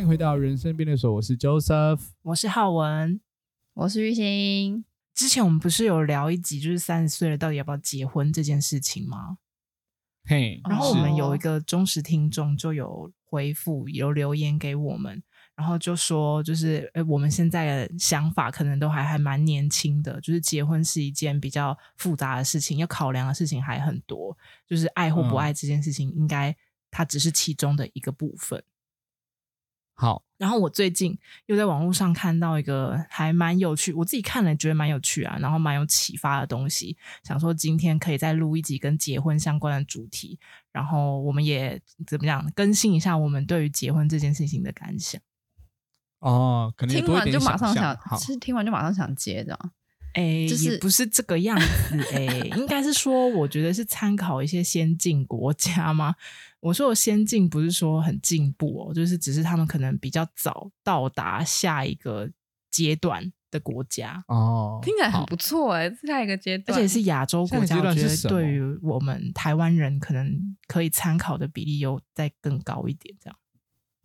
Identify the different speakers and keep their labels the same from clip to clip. Speaker 1: 迎回到人生便利所，我是 Joseph。
Speaker 2: 我是浩文。
Speaker 3: 我是玉兴，
Speaker 2: 之前我们不是有聊一集，就是三十岁了到底要不要结婚这件事情吗？
Speaker 1: 嘿，
Speaker 2: 然后我
Speaker 1: 哦是
Speaker 2: 们有一个忠实听众就有回复，有留言给我们，然后就说就是呃，我们现在的想法可能都还还蛮年轻的，就是结婚是一件比较复杂的事情，要考量的事情还很多，就是爱或不爱这件事情，应该它只是其中的一个部分。
Speaker 1: 好，
Speaker 2: 然后我最近又在网络上看到一个还蛮有趣，我自己看了觉得蛮有趣啊，然后蛮有启发的东西，想说今天可以再录一集跟结婚相关的主题，然后我们也怎么样更新一下我们对于结婚这件事情的感想。
Speaker 1: 哦，可能有
Speaker 3: 听
Speaker 1: 多一
Speaker 3: 完
Speaker 1: 点
Speaker 3: 就马上
Speaker 1: 想
Speaker 3: 想
Speaker 1: 好，，哦
Speaker 3: 是听完就马上想接的啊。
Speaker 2: 哎，
Speaker 3: 就是
Speaker 2: 也不是这个样子哎、应该是说，我觉得是参考一些先进国家吗？我说的先进不是说很进步哦，就是只是他们可能比较早到达下一个阶段的国家。
Speaker 1: 哦，
Speaker 3: 听起来很
Speaker 1: 好
Speaker 3: 不错哎、下一个阶
Speaker 2: 而
Speaker 3: 段，
Speaker 2: 且是亚洲国
Speaker 1: 下
Speaker 2: 家，
Speaker 1: 一个阶
Speaker 2: 我
Speaker 1: 段
Speaker 2: 觉
Speaker 1: 是什
Speaker 2: 得
Speaker 1: 么
Speaker 2: 对于我们台湾人可能可以参考的比例又再更高一点，这样。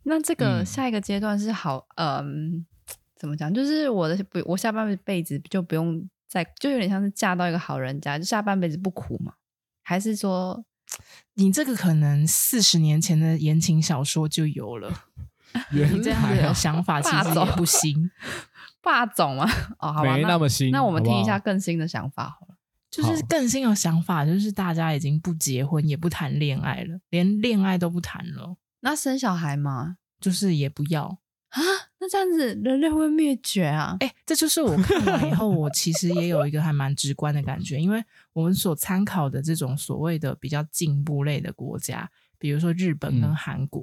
Speaker 3: 那这个
Speaker 1: 嗯
Speaker 3: 下一个阶段是好，嗯、怎么讲？就是我的不，我下半辈子就不用再，就有点像是嫁到一个好人家，就下半辈子不苦嘛？还是说，
Speaker 2: 你这个可能四十年前的言情小说就有 了，你
Speaker 1: 原
Speaker 2: 这样
Speaker 1: 来
Speaker 2: 的
Speaker 1: 啊
Speaker 2: 想法其
Speaker 3: 霸
Speaker 2: 实
Speaker 3: 总
Speaker 2: 也不行。
Speaker 3: 霸总嘛？ 哦，好吧，
Speaker 1: 没
Speaker 3: 那
Speaker 1: 那么新，
Speaker 3: 那我们听一下
Speaker 1: 好不好
Speaker 3: 更新的想法好了。
Speaker 2: 就是更新的想法，就是大家已经不结婚，也不谈恋爱了，连恋爱都不谈了，
Speaker 3: 那生小孩嘛？
Speaker 2: 就是也不要。
Speaker 3: 啊，那这样子人类会灭绝啊？
Speaker 2: 哎、这就是我看完以后，我其实也有一个还蛮直观的感觉，因为我们所参考的这种所谓的比较进步类的国家，比如说日本跟
Speaker 1: 嗯
Speaker 2: 韩国，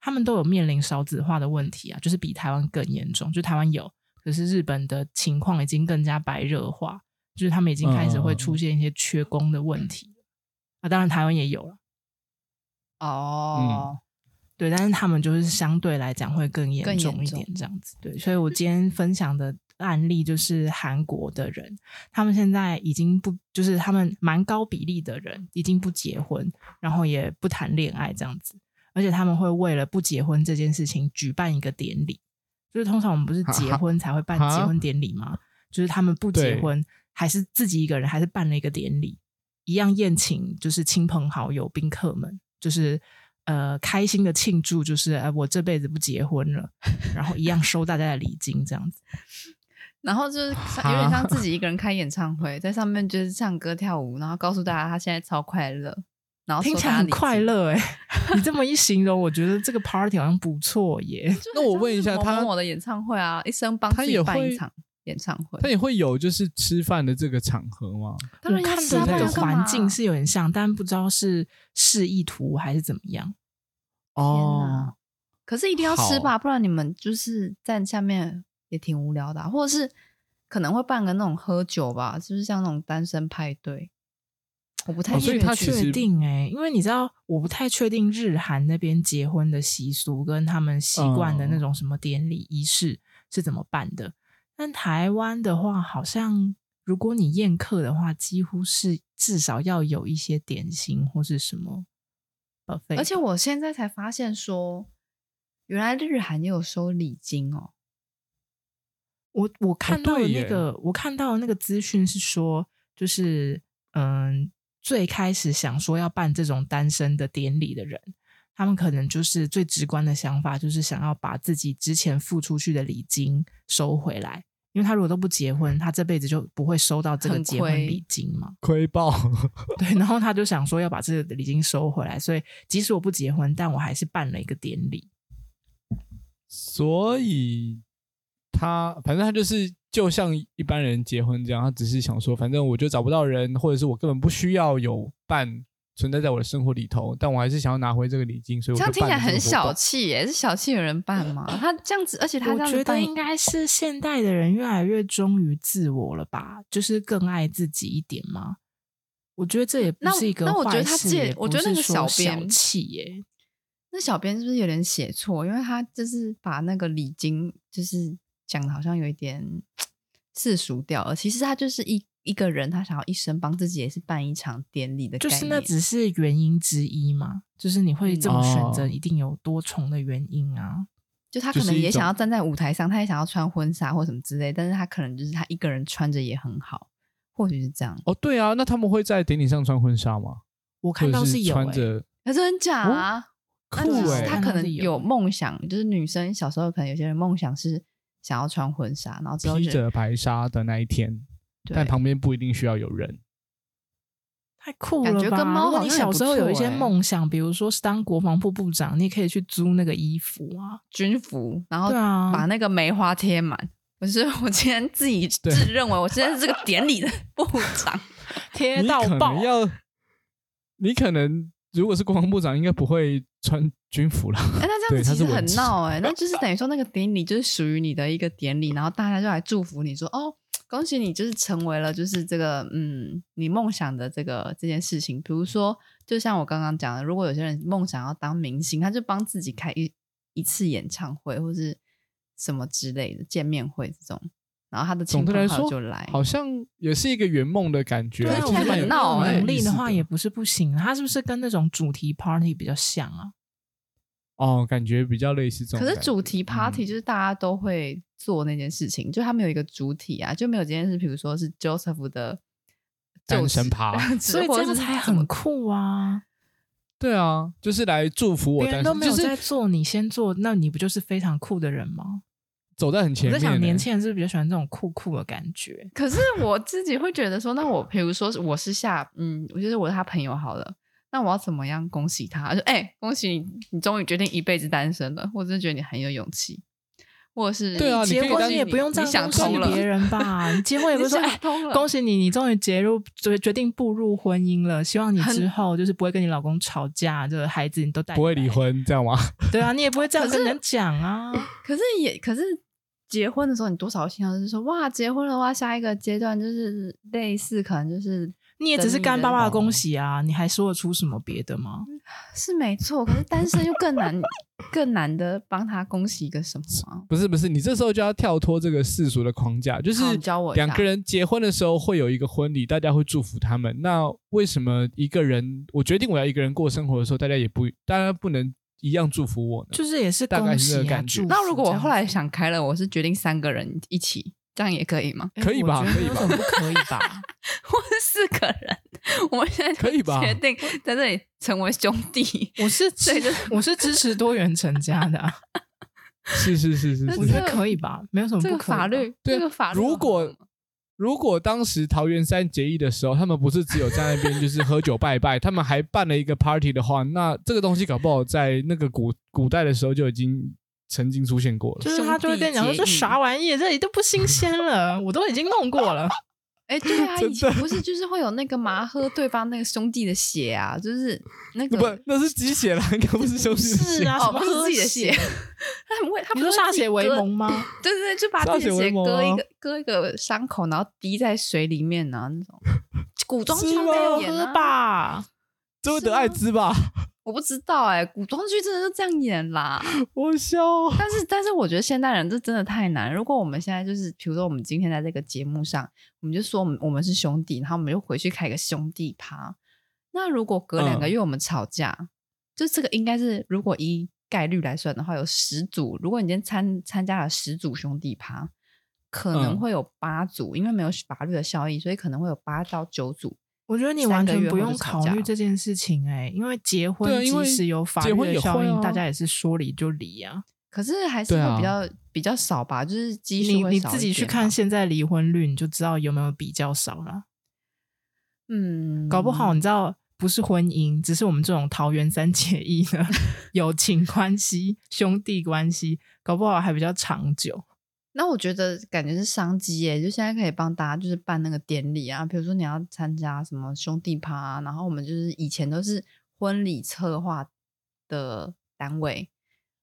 Speaker 2: 他们都有面临少子化的问题啊，就是比台湾更严重。就台湾有，可是日本的情况已经更加白热化，就是他们已经开始会出现一些缺工的问题。啊，当然台湾也有了，
Speaker 1: 嗯
Speaker 3: 哦，
Speaker 2: 对，但是他们就是相对来讲会更严
Speaker 3: 更
Speaker 2: 重
Speaker 3: 严
Speaker 2: 一
Speaker 3: 重
Speaker 2: 点，这样子。对，所以我今天分享的案例就是韩国的人，他们现在已经不，就是他们蛮高比例的人已经不结婚，然后也不谈恋爱这样子，而且他们会为了不结婚这件事情举办一个典礼，就是通常我们不是
Speaker 1: 哈
Speaker 2: 结
Speaker 1: 哈
Speaker 2: 婚才会办
Speaker 1: 哈
Speaker 2: 结婚典礼吗？就是他们不结
Speaker 1: 对
Speaker 2: 婚，还是自己一个人，还是办了一个典礼，一样宴请，就是亲朋好友、宾客们，就是呃开心的庆祝，就是哎、我这辈子不结婚了，然后一样收大家的礼金这样子。
Speaker 3: 然 后就是
Speaker 1: 哈
Speaker 3: 有点像自己一个人开演唱会，在上面就是唱歌跳舞，然后告诉大家他现在超快乐，然后
Speaker 2: 听
Speaker 3: 说
Speaker 2: 起来
Speaker 3: 哦大家
Speaker 2: 很
Speaker 3: 理解
Speaker 2: 快，乐哎、你这么一形容，我觉得这个 party 好像不错耶。
Speaker 3: 就
Speaker 1: 那
Speaker 3: 很
Speaker 1: 我
Speaker 3: 像
Speaker 1: 问一
Speaker 3: 是
Speaker 1: 下
Speaker 3: 某
Speaker 1: 他
Speaker 3: 某某的演唱会啊，一生帮
Speaker 1: 他
Speaker 3: 自己
Speaker 1: 也
Speaker 3: 办
Speaker 1: 会
Speaker 3: 一场演唱会
Speaker 1: 他，也会有就是吃饭的这个场合吗？
Speaker 3: 当然
Speaker 2: 我
Speaker 3: 要
Speaker 2: 看
Speaker 3: 吃啊
Speaker 2: 的
Speaker 3: 不
Speaker 2: 那
Speaker 3: 然
Speaker 2: 个
Speaker 3: 要干嘛
Speaker 2: 环境是有点像，但不知道是示意图还是怎么样。
Speaker 3: 天
Speaker 1: 哦
Speaker 2: 啊
Speaker 3: 哪，可是一定要吃吧，
Speaker 1: 好
Speaker 3: 不然你们就是在下面也挺无聊的啊、或者是可能会办个那种喝酒吧，就是像那种单身派对，我不太
Speaker 1: 哦所以
Speaker 3: 确
Speaker 1: 他
Speaker 3: 定
Speaker 1: 其实
Speaker 2: 确定哎、因为你知道，我不太确定日韩那边结婚的习俗跟他们习惯的那种什么典礼仪式是怎么办的。但台湾的话，好像如果你宴客的话，几乎是至少要有一些点心或是什么 buffet。
Speaker 3: 而且我现在才发现说，原来日韩也有收礼金哦。
Speaker 2: 我我看到的
Speaker 1: 对
Speaker 2: 那
Speaker 1: 耶
Speaker 2: 个，我看到的那个资讯是说，就是嗯，最开始想说要办这种单身的典礼的人，他们可能就是最直观的想法，就是想要把自己之前付出去的礼金收回来，因为他如果都不结婚，他这辈子就不会收到这个
Speaker 3: 很
Speaker 2: 结婚
Speaker 3: 亏
Speaker 2: 礼金嘛。
Speaker 1: 亏爆
Speaker 2: 对，然后他就想说要把这个礼金收回来，所以即使我不结婚，但我还是办了一个典礼。
Speaker 1: 所以他反正他就是就像一般人结婚这样，他只是想说，反正我就找不到人，或者是我根本不需要有伴存在在我的生活里头，但我还是想要拿回这个礼金，所以我
Speaker 3: 这样
Speaker 1: 就
Speaker 3: 听
Speaker 1: 办
Speaker 3: 起来
Speaker 1: 了这个
Speaker 3: 很
Speaker 1: 活
Speaker 3: 小
Speaker 1: 动
Speaker 3: 气耶，是小气有人办吗？他这样子，而且他
Speaker 2: 我
Speaker 3: 这样
Speaker 2: 觉得
Speaker 3: 子办，
Speaker 2: 应该是现代的人越来越忠于自我了吧，就是更爱自己一点嘛。我觉得这也不
Speaker 3: 那
Speaker 2: 是一个
Speaker 3: 那我觉得
Speaker 2: 坏
Speaker 3: 他
Speaker 2: 事，
Speaker 3: 借
Speaker 2: 也不
Speaker 3: 我觉得那
Speaker 2: 是
Speaker 3: 个
Speaker 2: 说
Speaker 3: 小
Speaker 2: 小
Speaker 3: 编
Speaker 2: 气耶。
Speaker 3: 那小编是不是有点写错？因为他就是把那个礼金就是讲的好像有一点世俗掉了。其实他就是一一个人，他想要一生帮自己也是办一场典礼的概
Speaker 2: 就
Speaker 3: 念，
Speaker 2: 是那只是原因之一嘛，就是你会这么选择，
Speaker 1: 嗯
Speaker 2: 一定有多重的原因啊。
Speaker 3: 就他
Speaker 1: 就
Speaker 3: 可能
Speaker 1: 是一
Speaker 3: 也想
Speaker 1: 种
Speaker 3: 要站在舞台上，他也想要穿婚纱或什么之类，但是他可能就是他一个人穿着也很好，或许是这样。
Speaker 1: 哦，对啊，那他们会在典礼上穿婚纱吗？
Speaker 2: 我看到
Speaker 1: 或者
Speaker 2: 是
Speaker 1: 是
Speaker 2: 有、
Speaker 1: 穿
Speaker 2: 欸，
Speaker 1: 着
Speaker 3: 可是真假
Speaker 1: 哦
Speaker 3: 啊？那
Speaker 1: 酷
Speaker 2: 对
Speaker 3: 就
Speaker 2: 啊
Speaker 1: 哎、
Speaker 3: 是他
Speaker 2: 看
Speaker 3: 可
Speaker 2: 到
Speaker 3: 能
Speaker 2: 是有
Speaker 3: 有欸梦想，就是女生小时候可能有些人梦想是想要穿婚纱，然后之后
Speaker 1: 披
Speaker 3: 就
Speaker 1: 着白纱的那一天，
Speaker 3: 对
Speaker 1: 但旁边不一定需要有人。
Speaker 2: 太酷了
Speaker 3: 感
Speaker 2: 吧！
Speaker 3: 觉跟猫
Speaker 2: 如果
Speaker 3: 好
Speaker 2: 你
Speaker 3: 像也
Speaker 2: 小
Speaker 3: 不
Speaker 2: 时候有一
Speaker 3: 错
Speaker 2: 些
Speaker 3: 欸
Speaker 2: 梦想，比如说是当国防部部长，你也可以去租那个衣服啊。
Speaker 3: 军服，然后
Speaker 2: 对啊
Speaker 3: 哦把那个梅花贴满。我是 我今天自己
Speaker 1: 对
Speaker 3: 自认为我现在是这个典礼的 部长，
Speaker 2: 贴
Speaker 1: 你
Speaker 2: 到
Speaker 1: 可
Speaker 2: 爆
Speaker 1: 能，要，你可能如果是国防部长，应该不会穿军服啦。
Speaker 3: 哎、那这
Speaker 1: 对
Speaker 3: 样子
Speaker 1: 他是
Speaker 3: 其实很
Speaker 1: 文职
Speaker 3: 闹哎、那就是等于说那个典礼就是属于你的一个典礼，然后大家就来祝福你说哦，恭喜你就是成为了就是这个嗯你梦想的这个这件事情。比如说，就像我刚刚讲的，如果有些人梦想要当明星，他就帮自己开一一次演唱会或是什么之类的见面会这种，然后他的亲
Speaker 1: 总的来
Speaker 3: 朋好
Speaker 1: 说
Speaker 3: 友就来，
Speaker 1: 好像也是一个圆梦的感觉，
Speaker 2: 对啊，
Speaker 1: 其
Speaker 2: 我
Speaker 1: 实
Speaker 2: 觉得
Speaker 3: 很
Speaker 1: 蛮有
Speaker 3: 闹
Speaker 1: 蛮
Speaker 3: 欸
Speaker 1: 有
Speaker 2: 努力
Speaker 1: 意思
Speaker 2: 的话也不是不行。啊它是不是跟那种主题 party 比较像啊？
Speaker 1: 哦，感觉比较类似这种
Speaker 3: 可
Speaker 1: 感觉。
Speaker 3: 是主题 party
Speaker 1: 嗯
Speaker 3: 就是大家都会做那件事情，就他们有一个主体啊，就没有这件事，比如说是 Joseph 的
Speaker 1: 单
Speaker 3: 就职
Speaker 1: 身趴
Speaker 3: 职
Speaker 2: 所以
Speaker 3: 或
Speaker 2: 这
Speaker 3: 者
Speaker 2: 样
Speaker 3: 是
Speaker 2: 才
Speaker 3: 什么
Speaker 2: 很酷啊！
Speaker 1: 对啊，就是来祝福我
Speaker 2: 别
Speaker 1: 单
Speaker 2: 人都
Speaker 1: 身，
Speaker 2: 没
Speaker 1: 就
Speaker 2: 有
Speaker 1: 是
Speaker 2: 在做，你先做，那你不就是非常酷的人吗？
Speaker 1: 走在很前
Speaker 2: 我
Speaker 1: 面
Speaker 2: 在
Speaker 1: 欸。
Speaker 2: 想，年轻人是不是比较喜欢这种酷酷的感觉？
Speaker 3: 可是我自己会觉得说，那我比如说我是下，嗯，我觉得我是他朋友好了，那我要怎么样恭喜他？就哎、恭喜你，你终于决定一辈子单身了，我真的觉得你很有勇气，或者是
Speaker 1: 对啊你
Speaker 2: 结
Speaker 1: 可以
Speaker 2: 婚
Speaker 1: 当
Speaker 2: 也不用这
Speaker 3: 你想
Speaker 2: 样恭
Speaker 3: 通
Speaker 2: 喜
Speaker 3: 了
Speaker 2: 别，人吧？你结婚也不是说
Speaker 3: 你
Speaker 2: 哎
Speaker 3: 想，通了，
Speaker 2: 恭喜你，你终于结入决决定步入婚姻了。希望你
Speaker 3: 很
Speaker 2: 之后就是不会跟你老公吵架，这个孩子你都带
Speaker 1: 不会
Speaker 2: 来
Speaker 1: 离。婚，这样吗？
Speaker 2: 对啊，你也不会这样
Speaker 3: 可是
Speaker 2: 跟人讲啊。
Speaker 3: 可是也可是结婚的时候，你多少会想到就是说，哇，结婚的话，下一个阶段就是类似，可能就是
Speaker 2: 你也只是
Speaker 3: 等你
Speaker 2: 干
Speaker 3: 的
Speaker 2: 巴巴的
Speaker 3: 老
Speaker 2: 恭喜啊，你还说得出什么别的吗？
Speaker 3: 是没错，可是单身又更 难更难的帮他恭喜一个什么啊、
Speaker 1: 不是不是，你这时候就要跳脱这个世俗的框架，就是
Speaker 3: 好你教我一下
Speaker 1: 两个人结婚的时候会有一个婚礼，大家会祝福他们。那为什么一个人我决定我要一个人过生活的时候，大家也不大家不能一样祝福我呢？
Speaker 2: 就是也是
Speaker 1: 大概
Speaker 2: 恭
Speaker 1: 是这个
Speaker 2: 喜啊，
Speaker 1: 感觉
Speaker 2: 祝福
Speaker 3: 那如果我
Speaker 2: 这样
Speaker 3: 后来
Speaker 2: 子
Speaker 3: 想开了，我是决定三个人一起，这样也可以吗？
Speaker 2: 哎
Speaker 1: 可以
Speaker 2: 我
Speaker 1: 吧
Speaker 2: 觉得
Speaker 1: 可以
Speaker 2: 有
Speaker 1: 吧
Speaker 2: 什么不可以吧？
Speaker 3: 我是四个人，我们现在就
Speaker 1: 可以吧
Speaker 3: 决定在这里成为兄弟。
Speaker 2: 我是支
Speaker 3: 对就
Speaker 2: 我是支持多元成家的啊，
Speaker 1: 是是是是
Speaker 3: 那
Speaker 2: 我
Speaker 1: 是
Speaker 2: 觉
Speaker 3: 这。
Speaker 2: 得
Speaker 3: 个
Speaker 2: 可以吧？没有什么
Speaker 3: 这
Speaker 2: 不
Speaker 3: 个
Speaker 2: 可以吧
Speaker 3: 法律，
Speaker 1: 对
Speaker 3: 这个法律哦好吗，
Speaker 1: 如果如果当时桃园三结义的时候，他们不是只有在那边就是喝酒拜拜，他们还办了一个 party 的话，那这个东西搞不好在那个古古代的时候就已经曾经出现过 了。
Speaker 2: 就是他就会跟你讲说
Speaker 3: 兄
Speaker 2: 这
Speaker 3: 弟结义
Speaker 2: 啥玩意，这里都不新鲜了，我都已经弄过了。
Speaker 3: 哎，对 啊，
Speaker 1: 真
Speaker 3: 以前
Speaker 1: 的
Speaker 3: 不是就是会有那个嘛喝对方那个兄弟的血啊，就是那
Speaker 1: 不
Speaker 3: 个，
Speaker 1: 那是鸡血啦，应该不是兄弟的血。
Speaker 2: 是啊
Speaker 3: 哦，
Speaker 2: 什么
Speaker 3: 不是自己的
Speaker 2: 喝血，
Speaker 3: 血 他们会他
Speaker 2: 你
Speaker 3: 们
Speaker 2: 说歃
Speaker 3: 会自己
Speaker 2: 血为
Speaker 3: 割
Speaker 2: 盟吗？
Speaker 3: 对对对，就把
Speaker 1: 歃
Speaker 3: 自己的
Speaker 1: 血为
Speaker 3: 血
Speaker 1: 盟
Speaker 3: 割一
Speaker 1: 啊
Speaker 3: 个割一个伤口，然后滴在水里面啊，那种 古装
Speaker 1: 是
Speaker 3: 剧
Speaker 1: 吗
Speaker 3: 在
Speaker 1: 有
Speaker 3: 演
Speaker 2: 哦喝
Speaker 3: 啊，
Speaker 2: 吧，
Speaker 1: 这会得艾滋吧？
Speaker 3: 我不知道哎、古装剧真的是这样演啦。
Speaker 1: 我笑哦。
Speaker 3: 但是但是我觉得现代人这真的太难。如果我们现在就是，比如说我们今天在这个节目上，我们就说我们我们是兄弟，然后我们就回去开个兄弟趴。那如果隔两个
Speaker 1: 嗯
Speaker 3: 月我们吵架，就这个应该是如果依概率来算的话，有十组。如果你今天参参加了十组兄弟趴，可能
Speaker 1: 嗯
Speaker 3: 会有八组，因为没有法律的效益，所以可能会有八到九组。
Speaker 2: 我觉得你
Speaker 3: 三
Speaker 2: 完
Speaker 3: 个
Speaker 2: 全
Speaker 3: 月
Speaker 2: 不
Speaker 3: 后就
Speaker 2: 用
Speaker 3: 吵
Speaker 2: 考
Speaker 3: 架
Speaker 2: 虑这件事情哎、因为结婚
Speaker 1: 对啊因
Speaker 2: 即
Speaker 1: 为
Speaker 2: 使有法
Speaker 1: 结婚也
Speaker 2: 律的效
Speaker 1: 会
Speaker 2: 应，
Speaker 1: 啊
Speaker 2: 大家也是说离就离啊。
Speaker 3: 可是还是
Speaker 1: 对
Speaker 3: 会
Speaker 1: 啊
Speaker 3: 比较、比较少吧，就是基
Speaker 2: 你
Speaker 3: 数会
Speaker 2: 你
Speaker 3: 少
Speaker 2: 自
Speaker 3: 一
Speaker 2: 己去
Speaker 3: 点啊
Speaker 2: 看
Speaker 3: 吧，
Speaker 2: 现在离婚率，你就知道有没有比较少了。
Speaker 3: 嗯，
Speaker 2: 搞不好你知道，不是婚姻，只是我们这种桃园三结义 的友情关系、兄弟关系，搞不好还比较长久。
Speaker 3: 那我觉得感觉是商机耶，就现在可以帮大家就是办那个典礼啊，比如说你要参加什么兄弟趴啊、然后我们就是以前都是婚礼策划的单位，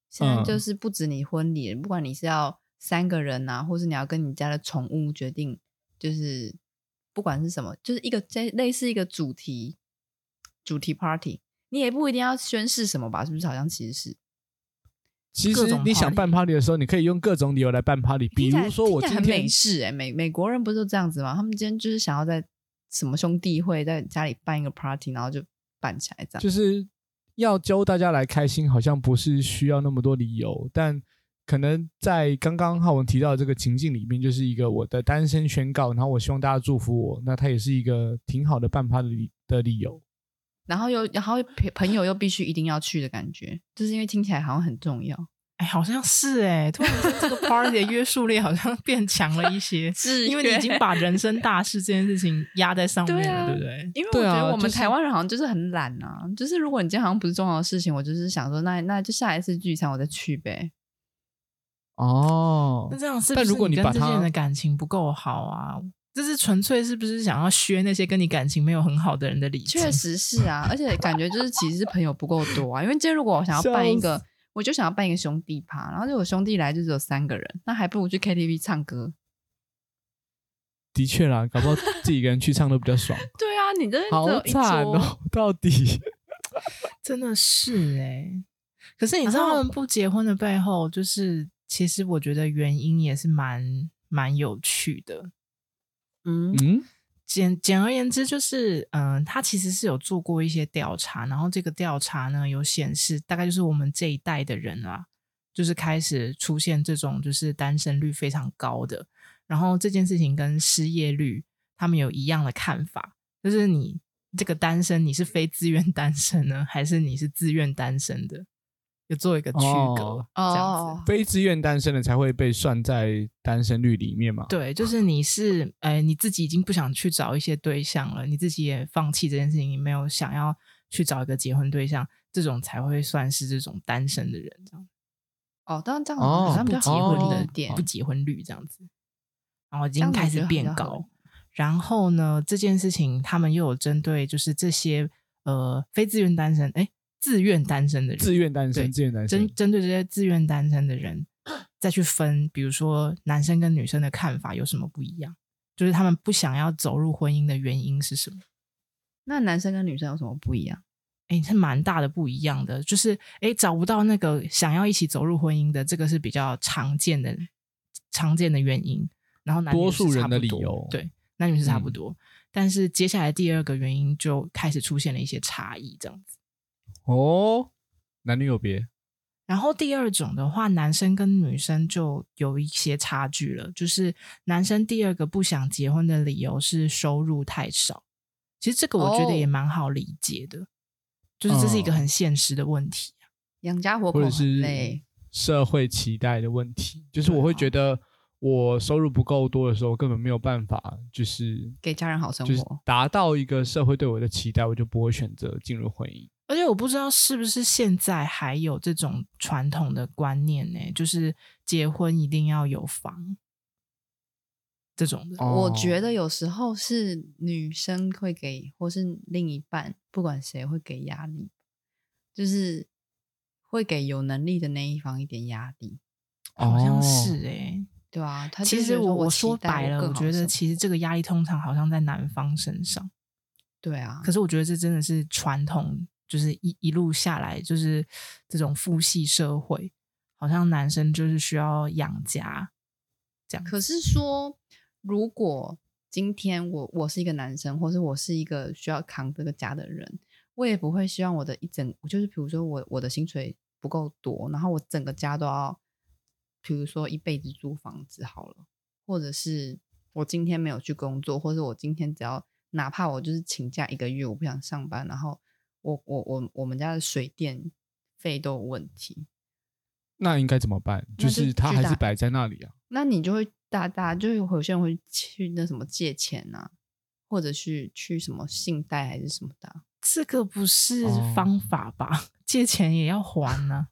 Speaker 3: 现在
Speaker 1: 嗯
Speaker 3: 就是不止你婚礼，不管你是要三个人啊，或是你要跟你家的宠物决定，就是不管是什么，就是一个这类似一个主题主题 party，你也不一定要宣誓什么吧，是不是？好像其实是。
Speaker 1: 其
Speaker 2: 各
Speaker 1: 实
Speaker 2: 种
Speaker 1: 你想
Speaker 2: party
Speaker 1: 办 party 的时候，你可以用各种理由来办 party，比
Speaker 3: 听起来
Speaker 1: 如说我今
Speaker 3: 听起来很
Speaker 1: 天
Speaker 3: 美式哎、美美国人不是都这样子吗？他们今天就是想要在什么兄弟会在家里办一个 party，然后就办起来这样。
Speaker 1: 就是要教大家来开心，好像不是需要那么多理由，但可能在刚刚浩文提到的这个情境里面，就是一个我的单身宣告，然后我希望大家祝福我，那它也是一个挺好的办趴的理的理由。
Speaker 3: 然后又然后朋朋友又必须一定要去的感觉，就是因为听起来好像很重要，，
Speaker 2: 哎，好像是哎、突然间这个 party 的约束力好像变强了一些
Speaker 3: 是
Speaker 2: 因为你已经把人生大事这件事情压在上面
Speaker 3: 对
Speaker 2: 了，
Speaker 3: 啊
Speaker 2: 对不对？
Speaker 3: 因为我
Speaker 1: 对
Speaker 3: 觉
Speaker 1: 啊
Speaker 3: 得我们
Speaker 1: 就是
Speaker 3: 台湾人好像就是很懒啊，就是如果你今天好像不是重要的事情，我就是想说，那那就下一次聚餐我再去呗。
Speaker 1: 哦
Speaker 2: 那，这样是不
Speaker 1: 但
Speaker 2: 是
Speaker 1: 如果你
Speaker 2: 你跟
Speaker 1: 把
Speaker 2: 这些人
Speaker 1: 它
Speaker 2: 的感情不够好啊？这是纯粹是不是想要削那些跟你感情没有很好的人的理由？
Speaker 3: 确实是啊，而且感觉就是其实是朋友不够多啊，因为今天如果我想要办一
Speaker 1: 笑
Speaker 3: 个，我就想要办一个兄弟趴，然后就我兄弟来就只有三个人，那还不如去 KTV 唱歌。
Speaker 1: 的确啦，搞不好自己一个人去唱都比较 爽，
Speaker 3: 对啊，你这边只
Speaker 1: 好
Speaker 3: 有一
Speaker 1: 惨
Speaker 3: 桌，
Speaker 1: 哦， 到底。
Speaker 2: 真的是哎、可是你知
Speaker 3: 然
Speaker 2: 道，
Speaker 3: 后
Speaker 2: 他们不结婚的背后，就是其实我觉得原因也是蛮蛮有趣的。
Speaker 3: 嗯，
Speaker 1: 嗯，
Speaker 2: 简简而言之，就是嗯、他其实是有做过一些调查，然后这个调查呢有显示，大概就是我们这一代的人啊，就是开始出现这种就是单身率非常高的，然后这件事情跟失业率他们有一样的看法，就是你这个单身你是非自愿单身呢，还是你是自愿单身的，有做一个区隔、
Speaker 1: 哦
Speaker 2: 这样子
Speaker 3: 哦。，
Speaker 1: 非自愿单身的才会被算在单身率里面嘛？
Speaker 2: 对，就是你是，呃，你自己已经不想去找一些对象了，你自己也放弃这件事情，你没有想要去找一个结婚对象，这种才会算是这种单身的人，这样
Speaker 3: 哦，当然这样好像
Speaker 1: 哦
Speaker 2: 不
Speaker 3: 比较
Speaker 2: 结
Speaker 3: 合
Speaker 2: 婚
Speaker 3: 理
Speaker 2: 的、
Speaker 3: 一点
Speaker 2: 不。结婚率这样子，然后已
Speaker 3: 这样
Speaker 2: 经
Speaker 3: 子
Speaker 2: 开
Speaker 3: 我觉
Speaker 2: 始
Speaker 3: 得比
Speaker 2: 变
Speaker 3: 较合
Speaker 2: 高。然后呢，这件事情他们又有针对，就是这些呃非自愿单身，哎，自愿单身的人，
Speaker 1: 自愿单身，
Speaker 2: 对
Speaker 1: 自愿单身
Speaker 2: 针，针对这些自愿单身的人，再去分，比如说男生跟女生的看法有什么不一样，就是他们不想要走入婚姻的原因是什么？
Speaker 3: 那男生跟女生有什么不一样？
Speaker 2: 哎，是蛮大的不一样的，就是哎找不到那个想要一起走入婚姻的，这个是比较常见的常见的原因。然后男女
Speaker 1: 多
Speaker 2: 是
Speaker 1: 数人
Speaker 2: 差不
Speaker 1: 的理
Speaker 2: 多
Speaker 1: 由
Speaker 2: 对，男女是差不
Speaker 1: 嗯
Speaker 2: 多。但是接下来第二个原因就开始出现了一些差异，这样子。
Speaker 1: 哦，男女有别，
Speaker 2: 然后第二种的话，男生跟女生就有一些差距了，就是男生第二个不想结婚的理由是收入太少。其实这个我觉得
Speaker 3: 哦
Speaker 2: 也蛮好理解的，就是这是一个
Speaker 1: 嗯
Speaker 2: 很现实的问题。
Speaker 3: 养家活口
Speaker 1: 或者
Speaker 3: 很
Speaker 1: 是
Speaker 3: 累，
Speaker 1: 社会期待的问题，就是我会
Speaker 2: 对啊
Speaker 1: 觉得我收入不够多的时候，根本没有办法，就是
Speaker 3: 给家人好生
Speaker 1: 就是
Speaker 3: 活。
Speaker 1: 达到一个社会对我的期待，我就不会选择进入婚姻。
Speaker 2: 而且我不知道是不是现在还有这种传统的观念呢、就是结婚一定要有房这种的。
Speaker 1: 哦
Speaker 3: 我觉得有时候是女生会给，或是另一半，不管谁会给压力，就是会给有能力的那一方一点压力，
Speaker 2: 好像
Speaker 1: 哦，
Speaker 2: 是哎、
Speaker 3: 对啊，他就
Speaker 2: 其
Speaker 3: 觉
Speaker 2: 实
Speaker 3: 得
Speaker 2: 我
Speaker 3: 我期
Speaker 2: 说
Speaker 3: 待
Speaker 2: 白了，
Speaker 3: 更
Speaker 2: 我
Speaker 3: 好
Speaker 2: 觉得
Speaker 3: 生
Speaker 2: 其实这个压力通常好像在男方身上。
Speaker 3: 对啊，
Speaker 2: 可是我觉得这真的是传统，就是一一路下来，就是这种父系社会，好像男生就是需要养家这样。
Speaker 3: 可是说，如果今天我我是一个男生，或是我是一个需要扛这个家的人，我也不会希望我的一整，就是比如说我我的薪水不够多，然后我整个家都要，比如说一辈子租房子好了，或者是我今天没有去工作，或者我今天只要哪怕我就是请假一个月，我不想上班，然后我我我我们家的水电费都有问题，
Speaker 1: 那应该怎么办？
Speaker 3: 那就
Speaker 1: 就是它
Speaker 3: 巨
Speaker 1: 还
Speaker 3: 大
Speaker 1: 是摆在那里啊。
Speaker 3: 那你就会大大，就是有些人会去那什么借钱啊，或者去去什么信贷还是什么的啊。
Speaker 2: 这个不是
Speaker 1: 哦
Speaker 2: 方法吧？ 借钱也要还呢、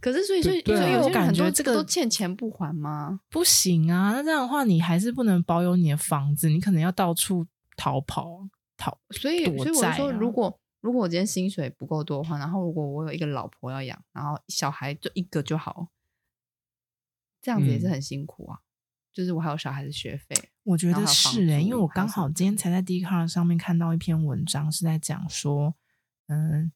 Speaker 3: 可是所以所以
Speaker 1: 对
Speaker 3: 所以
Speaker 1: 对啊
Speaker 3: 有
Speaker 2: 我
Speaker 3: 些人
Speaker 2: 感
Speaker 3: 很
Speaker 2: 觉
Speaker 3: 多
Speaker 2: 这个
Speaker 3: 都欠钱不还吗？
Speaker 2: 不行啊！那这样的话，你还是不能保有你的房子，你可能要到处逃跑。逃
Speaker 3: 所以
Speaker 2: 躲
Speaker 3: 所以我就
Speaker 2: 债
Speaker 3: 说，
Speaker 2: 啊
Speaker 3: 如果如果我今天薪水不够多的话，然后如果我有一个老婆要养，然后小孩就一个就好，这样子也是
Speaker 1: 嗯
Speaker 3: 很辛苦啊。就是我还有小孩的学费，
Speaker 2: 我觉
Speaker 3: 然后
Speaker 2: 得
Speaker 3: 还有房
Speaker 2: 是诶、
Speaker 3: 租
Speaker 2: 因为我
Speaker 3: 还有
Speaker 2: 刚
Speaker 3: 什么
Speaker 2: 好今天才在 d c a r 上面看到一篇文章，是在讲说，嗯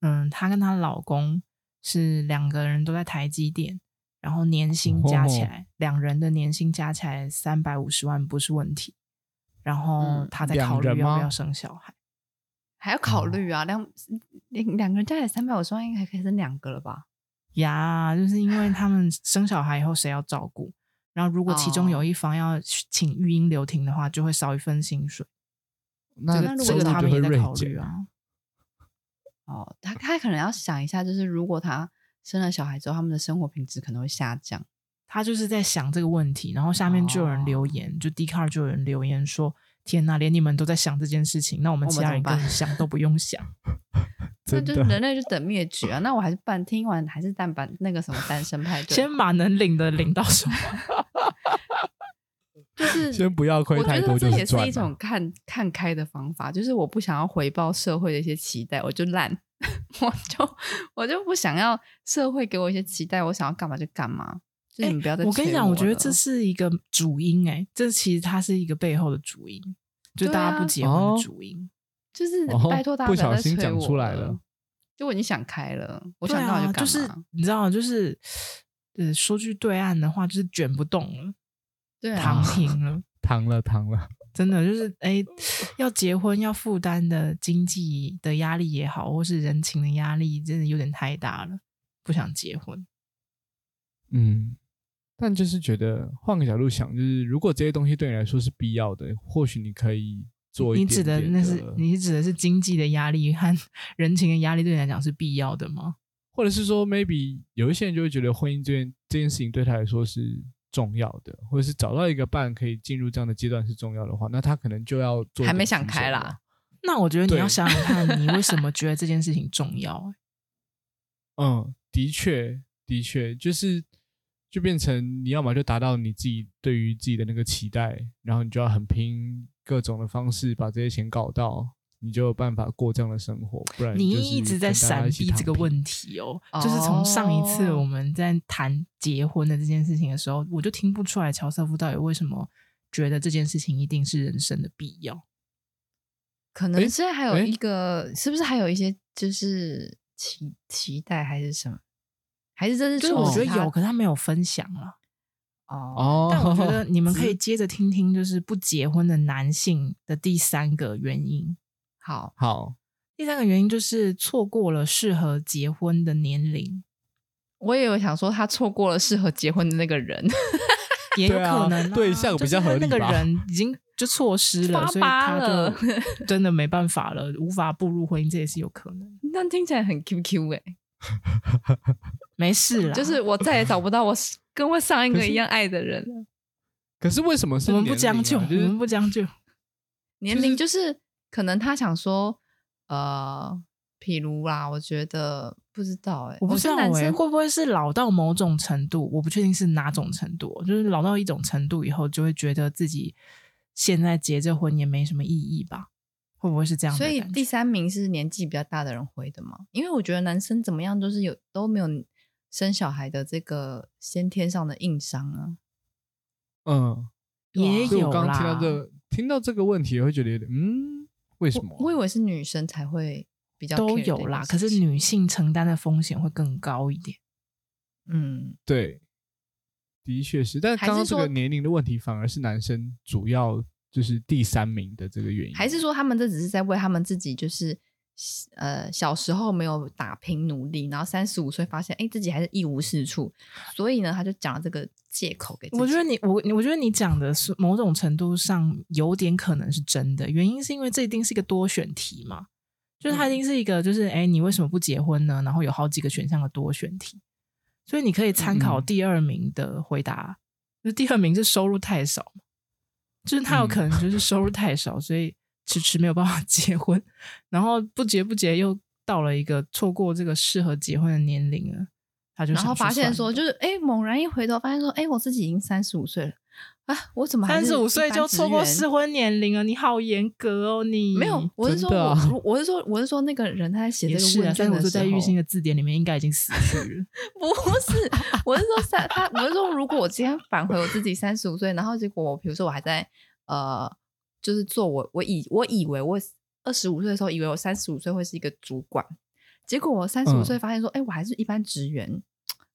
Speaker 2: 嗯，她跟她老公是两个人都在台积电，然后年薪加起
Speaker 1: 哦
Speaker 2: 来，两人的年薪加起来三百五十万不是问题。然后
Speaker 3: 嗯
Speaker 2: 她在
Speaker 1: 两
Speaker 2: 考虑要
Speaker 1: 人
Speaker 2: 不
Speaker 1: 吗
Speaker 2: 要生小孩，哦
Speaker 3: 还要考虑啊。两两两个人加起来三百五十万，应该可以生两个了吧？
Speaker 2: 呀就是因为他们生小孩以后谁要照顾，然后如果其中
Speaker 3: 哦
Speaker 2: 有一方要请育婴留停的话，就会少一份薪水。
Speaker 1: 那
Speaker 2: 这个
Speaker 3: 那如
Speaker 2: 这
Speaker 1: 收
Speaker 2: 个
Speaker 1: 入
Speaker 2: 他
Speaker 1: 就
Speaker 2: 们
Speaker 1: 会
Speaker 2: 也在
Speaker 1: 锐
Speaker 2: 考虑
Speaker 1: 减。
Speaker 2: 啊。
Speaker 3: 哦，他他可能要想一下，就是如果他生了小孩之后，他们的生活品质可能会下降。
Speaker 2: 他就是在想这个问题，然后下面就有人留
Speaker 3: 哦
Speaker 2: 言，就 d c a r 就有人留言说：“天哪，连你们都在想这件事情，那我们
Speaker 3: 我们
Speaker 2: 其他人
Speaker 3: 怎么办
Speaker 2: 根本想都不用想。
Speaker 3: 那
Speaker 1: 真
Speaker 3: 就
Speaker 1: 的
Speaker 3: 是人类就等灭绝啊！那我还是半听完还是但半那个什么单身派 对，
Speaker 2: 先把能领的领到 手。
Speaker 3: 就是
Speaker 1: 先不要亏
Speaker 3: 我
Speaker 1: 太
Speaker 3: 觉
Speaker 1: 多，
Speaker 3: 得这
Speaker 1: 就
Speaker 3: 也是
Speaker 1: 赚
Speaker 3: 一
Speaker 1: 啊。
Speaker 3: 种看看开的方法，就是我不想要回报社会的一些期待，我就烂， 我就我就不想要社会给我一些期待，我想要干嘛就干嘛。就是你们不要再、
Speaker 2: 我跟你讲，
Speaker 3: 我哦
Speaker 2: 我觉得这
Speaker 3: 了
Speaker 2: 是一个主因、欸，这其实它是一个背后的主因，就
Speaker 3: 对
Speaker 2: 大
Speaker 3: 啊
Speaker 2: 家不结婚
Speaker 1: 哦
Speaker 2: 的主因。
Speaker 3: 就是
Speaker 1: 哦
Speaker 3: 拜托大家
Speaker 1: 不
Speaker 3: 要
Speaker 1: 小
Speaker 3: 再
Speaker 1: 心
Speaker 3: 催
Speaker 1: 讲
Speaker 3: 我
Speaker 1: 出来
Speaker 3: 了
Speaker 1: 了，
Speaker 3: 就我已经想开了，我
Speaker 2: 我
Speaker 3: 想到
Speaker 2: 啊、
Speaker 3: 就干嘛。
Speaker 2: 是你知道，就是呃，说句对岸的话，就是卷不动了，
Speaker 3: 对
Speaker 2: 躺
Speaker 3: 啊，
Speaker 2: 平了。
Speaker 1: 糖了糖了，
Speaker 2: 真的就是哎、要结婚要负担的经济的压力也好，或是人情的压力，真的有点太大了，不想结婚。
Speaker 1: 嗯。但就是觉得换个角度想，就是如果这些东西对你来说是必要的，或许你可以做一
Speaker 2: 你
Speaker 1: 点
Speaker 2: 指的
Speaker 1: 点
Speaker 2: 那是你指的是经济的压力和 人情的压力，对你来讲是必要的吗？
Speaker 1: 或者是说，maybe 有一些人就会觉得婚姻这件这件事情对他来说是重要的，或者是找到一个伴可以进入这样的阶段是重要的话，那他可能就要做。
Speaker 3: 还没想开啦。
Speaker 2: 那我觉得你
Speaker 1: 对
Speaker 2: 要想想看，你为 什么觉得这件事情重要？
Speaker 1: 嗯，的确，的确，就是就变成你要么就达到你自己对于自己的那个期待，然后你就要很拼各种的方式把这些钱搞到，你就有办法过这样的生活，不然
Speaker 2: 你
Speaker 1: 哎就是
Speaker 2: 一直在
Speaker 1: 跟大家
Speaker 2: 闪
Speaker 1: 一起
Speaker 2: 避
Speaker 1: 躺
Speaker 2: 这个
Speaker 1: 平
Speaker 2: 问题哦，就是从上一次
Speaker 3: 哦
Speaker 2: 我们在谈结婚的这件事情的时候，我就听不出来乔瑟夫到底为什么觉得这件事情一定是人生的必要。
Speaker 3: 可
Speaker 1: 诶
Speaker 3: 能现在还有
Speaker 1: 诶
Speaker 3: 一个，是不是还有一些就是期期待还是什么？还是这是
Speaker 2: 就是
Speaker 3: 促
Speaker 2: 我
Speaker 3: 使
Speaker 2: 觉得
Speaker 3: 他
Speaker 2: 有，可是他没有分享了。
Speaker 3: 哦，
Speaker 1: 哦。
Speaker 2: 但我觉得你们可以接着听听，就是不结婚的男性的第三个原因。
Speaker 3: 好，
Speaker 1: 好，
Speaker 2: 第三个原因就是错过了适合结婚的年龄，
Speaker 3: 我也有想说他错过了适合结婚的那个人，
Speaker 2: 也有
Speaker 1: 对啊
Speaker 2: 可能、啊
Speaker 1: 对象比较合理吧
Speaker 2: 就是他那个人已经就错失了，
Speaker 3: 发
Speaker 2: 所以
Speaker 3: 巴
Speaker 2: 他
Speaker 3: 了
Speaker 2: 就 真的没办法了，无法步入婚姻，这也是有可能。
Speaker 3: 但听起来很 QQ 哎、
Speaker 2: 没事啦，
Speaker 3: 就是我再也找不到我跟我上一个一样爱的人了。
Speaker 1: 可是为什么是
Speaker 2: 我们不
Speaker 1: 年
Speaker 2: 将
Speaker 1: 龄啊就
Speaker 2: 就，
Speaker 1: 是
Speaker 2: 我们不将就。
Speaker 3: 年龄就是可能他想说，呃，譬如啦，我觉得不知道哎、
Speaker 2: 我不知
Speaker 3: 觉得
Speaker 2: 道
Speaker 3: 男
Speaker 2: 哎、
Speaker 3: 生
Speaker 2: 会不会是老到某种程度？我不确定是哪种程度哦，就是老到一种程度以后，就会觉得自己现在结这婚也没什么意义吧？会不会是这样的
Speaker 3: 所
Speaker 2: 感
Speaker 3: 以
Speaker 2: 觉？
Speaker 3: 第三名是年纪比较大的人回的嘛？因为我觉得男生怎么样都是有都没有生小孩的这个先天上的硬伤啊。
Speaker 1: 嗯，
Speaker 2: 也
Speaker 1: 所以
Speaker 2: 有
Speaker 1: 我刚刚听到
Speaker 2: 啦，
Speaker 1: 这个听到这个问题，我会觉得有点嗯，为什么？
Speaker 3: 我以为是女生才会比较
Speaker 2: 都
Speaker 3: care
Speaker 2: 有
Speaker 3: 这件
Speaker 2: 啦。
Speaker 3: 事
Speaker 2: 可是
Speaker 3: 情
Speaker 2: 女性承担的风险会更高一点。
Speaker 3: 嗯，
Speaker 1: 对，的确是。但
Speaker 3: 还
Speaker 1: 刚刚
Speaker 3: 是
Speaker 1: 这个
Speaker 3: 说
Speaker 1: 年龄的问题，反而是男生主要就是第三名的这个原因，
Speaker 3: 还是说他们这只是在为他们自己就是呃小时候没有打拼努力，然后三十五岁发现哎自己还是一无是处，所以呢他就讲了这个借口给自己。
Speaker 2: 我觉得你我我觉得你讲的是某种程度上有点可能是真的，原因是因为这一定是一个多选题嘛，就是它一
Speaker 3: 嗯
Speaker 2: 定是一个就是哎、诶你为什么不结婚呢？然后有好几个选项的多选题，所以你可以参考
Speaker 1: 嗯
Speaker 2: 第二名的回答，就是第二名是收入太少，就是他有
Speaker 1: 嗯
Speaker 2: 可能就是收入太少，所以迟迟没有办法 结婚，然后不结不结又到了一个错过这个适合结婚的年龄了，他就
Speaker 3: 然后
Speaker 2: 想
Speaker 3: 发现
Speaker 2: 算
Speaker 3: 说，
Speaker 2: 了
Speaker 3: 就是哎、诶猛然一回头，发现说，哎、我自己已经三十五岁了啊，我怎么还
Speaker 2: 三
Speaker 3: 是
Speaker 2: 十五
Speaker 3: 一
Speaker 2: 岁
Speaker 3: 般
Speaker 2: 就
Speaker 3: 职
Speaker 2: 错过
Speaker 3: 员
Speaker 2: 适婚年龄了，你好严格哦，你
Speaker 3: 没有，我是
Speaker 1: 真
Speaker 3: 说
Speaker 1: 的
Speaker 3: 我，
Speaker 1: 啊
Speaker 3: 我是说，我是说，那个人他在写这
Speaker 2: 也
Speaker 3: 个
Speaker 2: 是啊，
Speaker 3: 问
Speaker 2: 三
Speaker 3: 卷
Speaker 2: 十五
Speaker 3: 的
Speaker 2: 岁
Speaker 3: 时
Speaker 2: 在
Speaker 3: 候，
Speaker 2: 玉兴的字典里面应该已经死去了。
Speaker 3: 不是，我是说三，他我是说，如果我今天返回我自己三十五岁，然后结果我比如说我还在呃，就是做我我以我以为我二十五岁的时候，以为我三十五岁会是一个主管，结果我三十五
Speaker 1: 嗯
Speaker 3: 岁发现说，哎、我还是一般职员，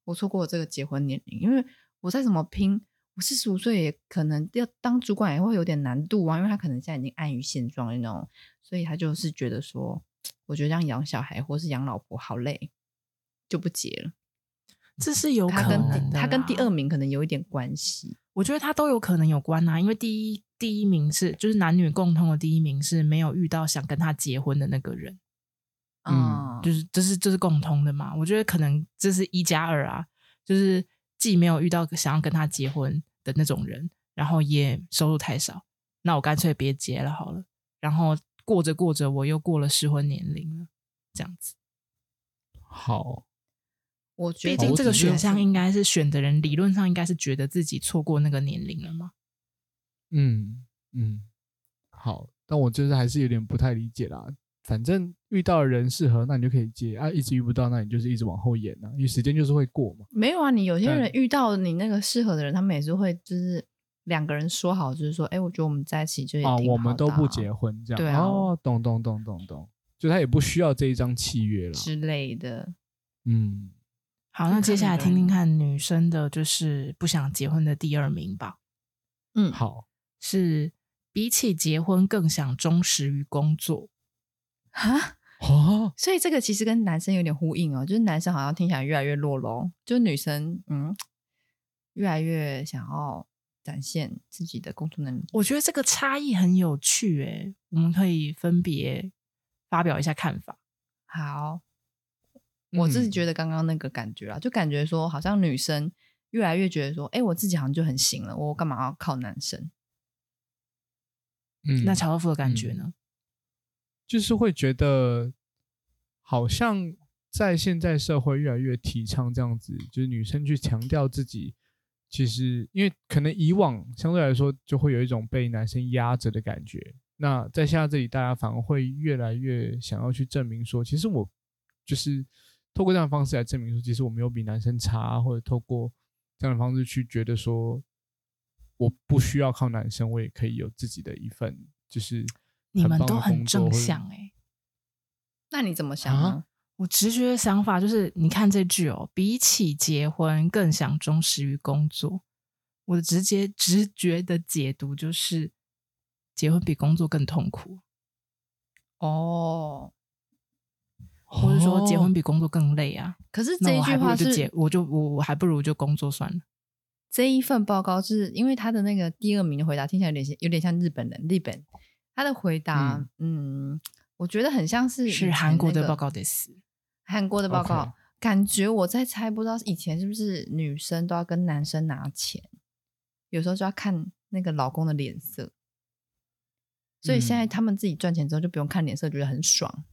Speaker 3: 我错过了这个结婚年龄，因为我再怎么拼，我四十五岁也可能要当主管也会有点难度啊，因为他可能现在已经安于现状那种，所以他就是觉 得说，我觉得这样养小孩或是养老婆好累，就不结了。
Speaker 2: 这是有
Speaker 3: 他
Speaker 2: 可
Speaker 3: 跟
Speaker 2: 能的
Speaker 3: 他跟
Speaker 2: 啦
Speaker 3: 第二，名可能有一点关系。
Speaker 2: 我觉得他都有可能有关啊，因为第一第一名是就是男女共同的第一名是没有遇到想跟他结婚的那个人，
Speaker 1: 嗯
Speaker 3: 嗯，
Speaker 2: 就是这、是这、是共通的嘛。我觉得可能这是一加二啊，就是既没有遇到想要跟他结婚的那种人，然后也收入太少，那我干脆别结了好了。然后过着过着，我又过了适婚年龄了，这样子。
Speaker 1: 好，
Speaker 3: 我
Speaker 2: 毕
Speaker 3: 觉得
Speaker 2: 竟这个
Speaker 1: 我只是
Speaker 2: 选项应该是选的人，理论上应该是觉得自己错过那个年龄了嘛。
Speaker 1: 嗯嗯，好，但我就是还是有点不太理解啦。反正遇到的人适合，那你就可以接啊；一直遇不到，那你就是一直往后延啊，因为时间就是会过嘛。
Speaker 3: 没有啊，你有些
Speaker 1: 但
Speaker 3: 人遇到你那个适合的人，他们也是会就是两个人说好，就是说，哎，我觉得我们在一起就也
Speaker 2: 哦
Speaker 1: 啊，
Speaker 3: 挺
Speaker 1: 我
Speaker 3: 好
Speaker 1: 们
Speaker 3: 的
Speaker 1: 都不
Speaker 3: 啊
Speaker 1: 结婚这样。
Speaker 3: 对啊
Speaker 1: 哦，懂懂懂懂懂，就他也不需要这一张契约了。
Speaker 3: 之类的。
Speaker 1: 嗯，
Speaker 2: 好，
Speaker 3: 嗯
Speaker 2: 那接下来
Speaker 3: 看得
Speaker 2: 听听
Speaker 3: 懂
Speaker 2: 看女生的，就是不想结婚的第二名吧，
Speaker 3: 嗯，
Speaker 1: 好，
Speaker 2: 是比起结婚更想忠实于工作。
Speaker 3: 啊，
Speaker 1: 哦，
Speaker 3: 所以这个其实跟男生有点呼应哦，就是男生好像听起来越来越落龙，就是女生嗯，越来越想要展现自己的工作能力。
Speaker 2: 我觉得这个差异很有趣、诶，我
Speaker 3: 嗯
Speaker 2: 们可以分别发表一下看法。
Speaker 3: 好，我自己觉
Speaker 1: 得，
Speaker 2: 嗯
Speaker 3: 得刚刚那个感觉啊，就感觉说好像女生越来越觉得说，哎，我自己好像就很行了，我干嘛要靠男生？
Speaker 1: 嗯
Speaker 2: 那
Speaker 3: 嗯
Speaker 2: 乔道夫的感觉呢？
Speaker 1: 就是会觉得，好像在现在社会越来越提倡这样子，就是女生去强调自己，其实因为可能以往相对来说就会有一种被男生压着的感觉。那在现在这里，大家反而会越来越想要去证明说，其实我就是透过这样的方式来证明说，其实我没有比男生差，或者透过这样的方式去觉得说，我不需要靠男生，我也可以有自己的一份，就是
Speaker 2: 你
Speaker 1: 棒
Speaker 2: 们
Speaker 1: 的
Speaker 2: 都很
Speaker 1: 工作
Speaker 2: 正
Speaker 1: 或者
Speaker 2: 向诶。
Speaker 3: 那你怎么想
Speaker 1: 啊
Speaker 3: 呢？
Speaker 2: 我直觉的想法就是，你看这句哦，比起结婚更想忠实于工作。我的直接直觉的解读就是，结婚比工作更痛苦，
Speaker 3: 哦，
Speaker 2: 或者说结
Speaker 1: 哦
Speaker 2: 婚比工作更累啊。
Speaker 3: 可是
Speaker 2: 那
Speaker 3: 这一
Speaker 2: 我
Speaker 3: 句
Speaker 2: 还不
Speaker 3: 话
Speaker 2: 如就是结，我就我我还不如就工作算了。
Speaker 3: 这一份报告是因为他的那个第二名的回答听起来有点像有点像日本人，日本他的回答，嗯我觉得很像是以前
Speaker 2: 是韩国
Speaker 3: 那
Speaker 2: 的
Speaker 3: 个
Speaker 2: 报告得死，
Speaker 3: 韩国的报告
Speaker 1: OK
Speaker 3: 感觉我在猜，不知道以前是不是女生都要跟男生拿钱，有时候就要看那个老公的脸色，所以现在
Speaker 1: 嗯
Speaker 3: 他们自己赚钱之后就不用看脸色，觉得很爽，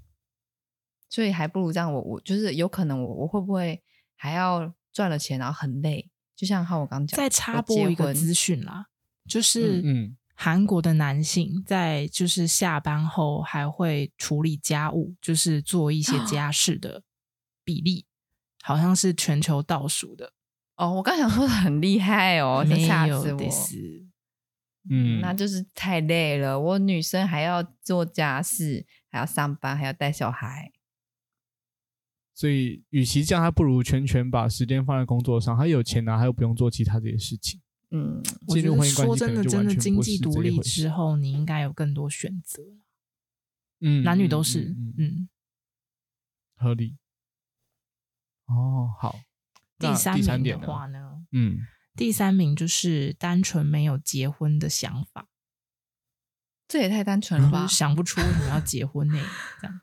Speaker 3: 所以还不如这样我，我就是有可能我我会不会还要赚了钱然后很累，就像浩我刚刚讲的，
Speaker 2: 再插
Speaker 3: 我
Speaker 2: 播
Speaker 3: 结
Speaker 2: 一个
Speaker 3: 婚
Speaker 2: 资讯啦，就是
Speaker 1: 嗯，
Speaker 2: 韩国的男性在就是下班后还会处理家务，就是做一些家事的比例，好像是全球倒数的。
Speaker 3: 哦，我刚想说的很厉害哦，想
Speaker 2: 没
Speaker 3: 吓
Speaker 2: 有
Speaker 3: 死
Speaker 2: 得
Speaker 3: 我。
Speaker 2: 死
Speaker 1: 嗯
Speaker 3: 那就是太累了。我女生还要做家事，还要上班，还要带小孩。
Speaker 1: 所以与其这样，他不如全权把时间放在工作上，他有钱拿，他又不用做其他这些事情。
Speaker 3: 嗯，
Speaker 2: 我
Speaker 1: 进
Speaker 2: 觉
Speaker 1: 入
Speaker 2: 得
Speaker 1: 婚姻关
Speaker 2: 说
Speaker 1: 系可
Speaker 2: 真的，
Speaker 1: 能就
Speaker 2: 真
Speaker 1: 完
Speaker 2: 的
Speaker 1: 全
Speaker 2: 经
Speaker 1: 不
Speaker 2: 济
Speaker 1: 是
Speaker 2: 独
Speaker 1: 这一
Speaker 2: 立
Speaker 1: 回
Speaker 2: 之
Speaker 1: 事。
Speaker 2: 后，你应该有更多选择，
Speaker 1: 嗯
Speaker 2: 男女都
Speaker 1: 嗯
Speaker 2: 是。
Speaker 1: 嗯嗯
Speaker 2: 嗯，
Speaker 1: 合理。哦，好，那
Speaker 2: 第三
Speaker 1: 第三
Speaker 2: 名
Speaker 1: 点
Speaker 2: 的
Speaker 1: 呢
Speaker 2: 话呢，
Speaker 1: 嗯，
Speaker 2: 第三名就是单纯没有结婚的想法，
Speaker 3: 这也太单纯
Speaker 1: 嗯
Speaker 3: 了吧
Speaker 2: 就是？想不出为什么要结婚呢、这样。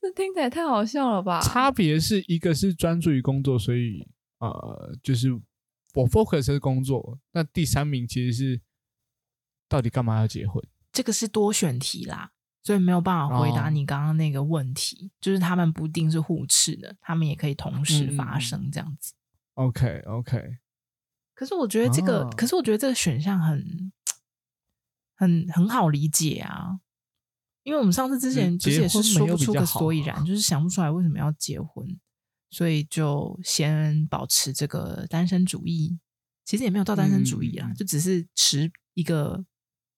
Speaker 3: 这听起来太好笑了吧？
Speaker 1: 差别是一个是专注于工作，所以呃，就是我 focus 是工作，那第三名其实是到底干嘛要结婚？
Speaker 2: 这个是多选题啦，所以没有办法回答
Speaker 1: 哦
Speaker 2: 你刚刚那个问题。就是他们不一定是互斥的，他们也可以同
Speaker 1: 嗯
Speaker 2: 时发生这样子。
Speaker 1: OK OK，
Speaker 2: 可是我觉得这个，
Speaker 1: 哦
Speaker 2: 可是我觉得这个选项很、很很好理解啊，因为我们上次之前
Speaker 1: 嗯
Speaker 2: 不是也是
Speaker 1: 结婚
Speaker 2: 说
Speaker 1: 没
Speaker 2: 不
Speaker 1: 有
Speaker 2: 出
Speaker 1: 比
Speaker 2: 个
Speaker 1: 较好啊
Speaker 2: 所以然，就是想不出来为什么要结婚，所以就先保持这个单身主义。其实也没有到单身主义啊，
Speaker 1: 嗯嗯嗯
Speaker 2: 就只是持一个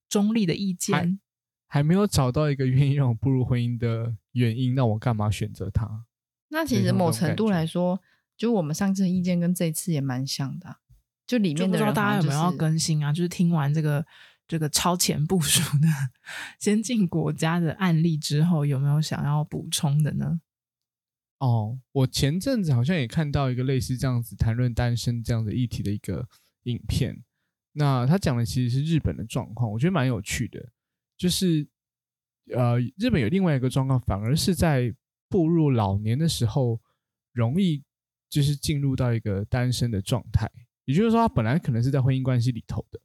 Speaker 2: 中立的意
Speaker 1: 还
Speaker 2: 见。
Speaker 1: 还没有找到一个愿意让我步入婚姻的原因，那我干嘛选择他？
Speaker 3: 那其
Speaker 1: 有一
Speaker 3: 实
Speaker 1: 种
Speaker 3: 某
Speaker 1: 这种
Speaker 3: 程度
Speaker 1: 感觉
Speaker 3: 来说，就我们上次的意见跟这一次也蛮像的啊、就里
Speaker 2: 就
Speaker 3: 面
Speaker 2: 不
Speaker 3: 的
Speaker 2: 知道
Speaker 3: 人
Speaker 2: 大家
Speaker 3: 好
Speaker 2: 有
Speaker 3: 像
Speaker 2: 没有要
Speaker 3: 就是
Speaker 2: 更新啊？就是听完这个这个超前部署的先进国家的案例之后，有没有想要补充的呢？
Speaker 1: 哦，我前阵子好像也看到一个类似这样子谈论单身这样的议题的一个影片，那他讲的其实是日本的状况，我觉得蛮有趣的，就是呃，日本有另外一个状况，反而是在步入老年的时候，容易就是进入到一个单身的状态，也就是说，他本来可能是在婚姻关系里头的，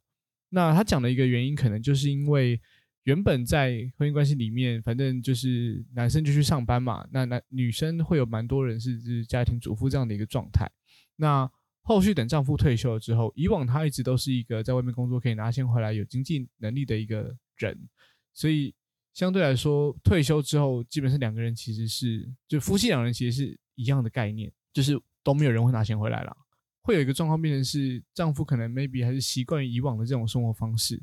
Speaker 1: 那他讲的一个原因，可能就是因为。原本在婚姻关系里面，反正就是男生就去上班嘛，那男女生会有蛮多人是是家庭主妇这样的一个状态。那后续等丈夫退休了之后，以往她一直都是一个在外面工作可以拿钱回来、有经济能力的一个人，所以相对来说，退休之后基本上两个人其实是就夫妻两人其实是一样的概念，就是都没有人会拿钱回来了。会有一个状况变成是丈夫可能 maybe 还是习惯于以往的这种生活方式，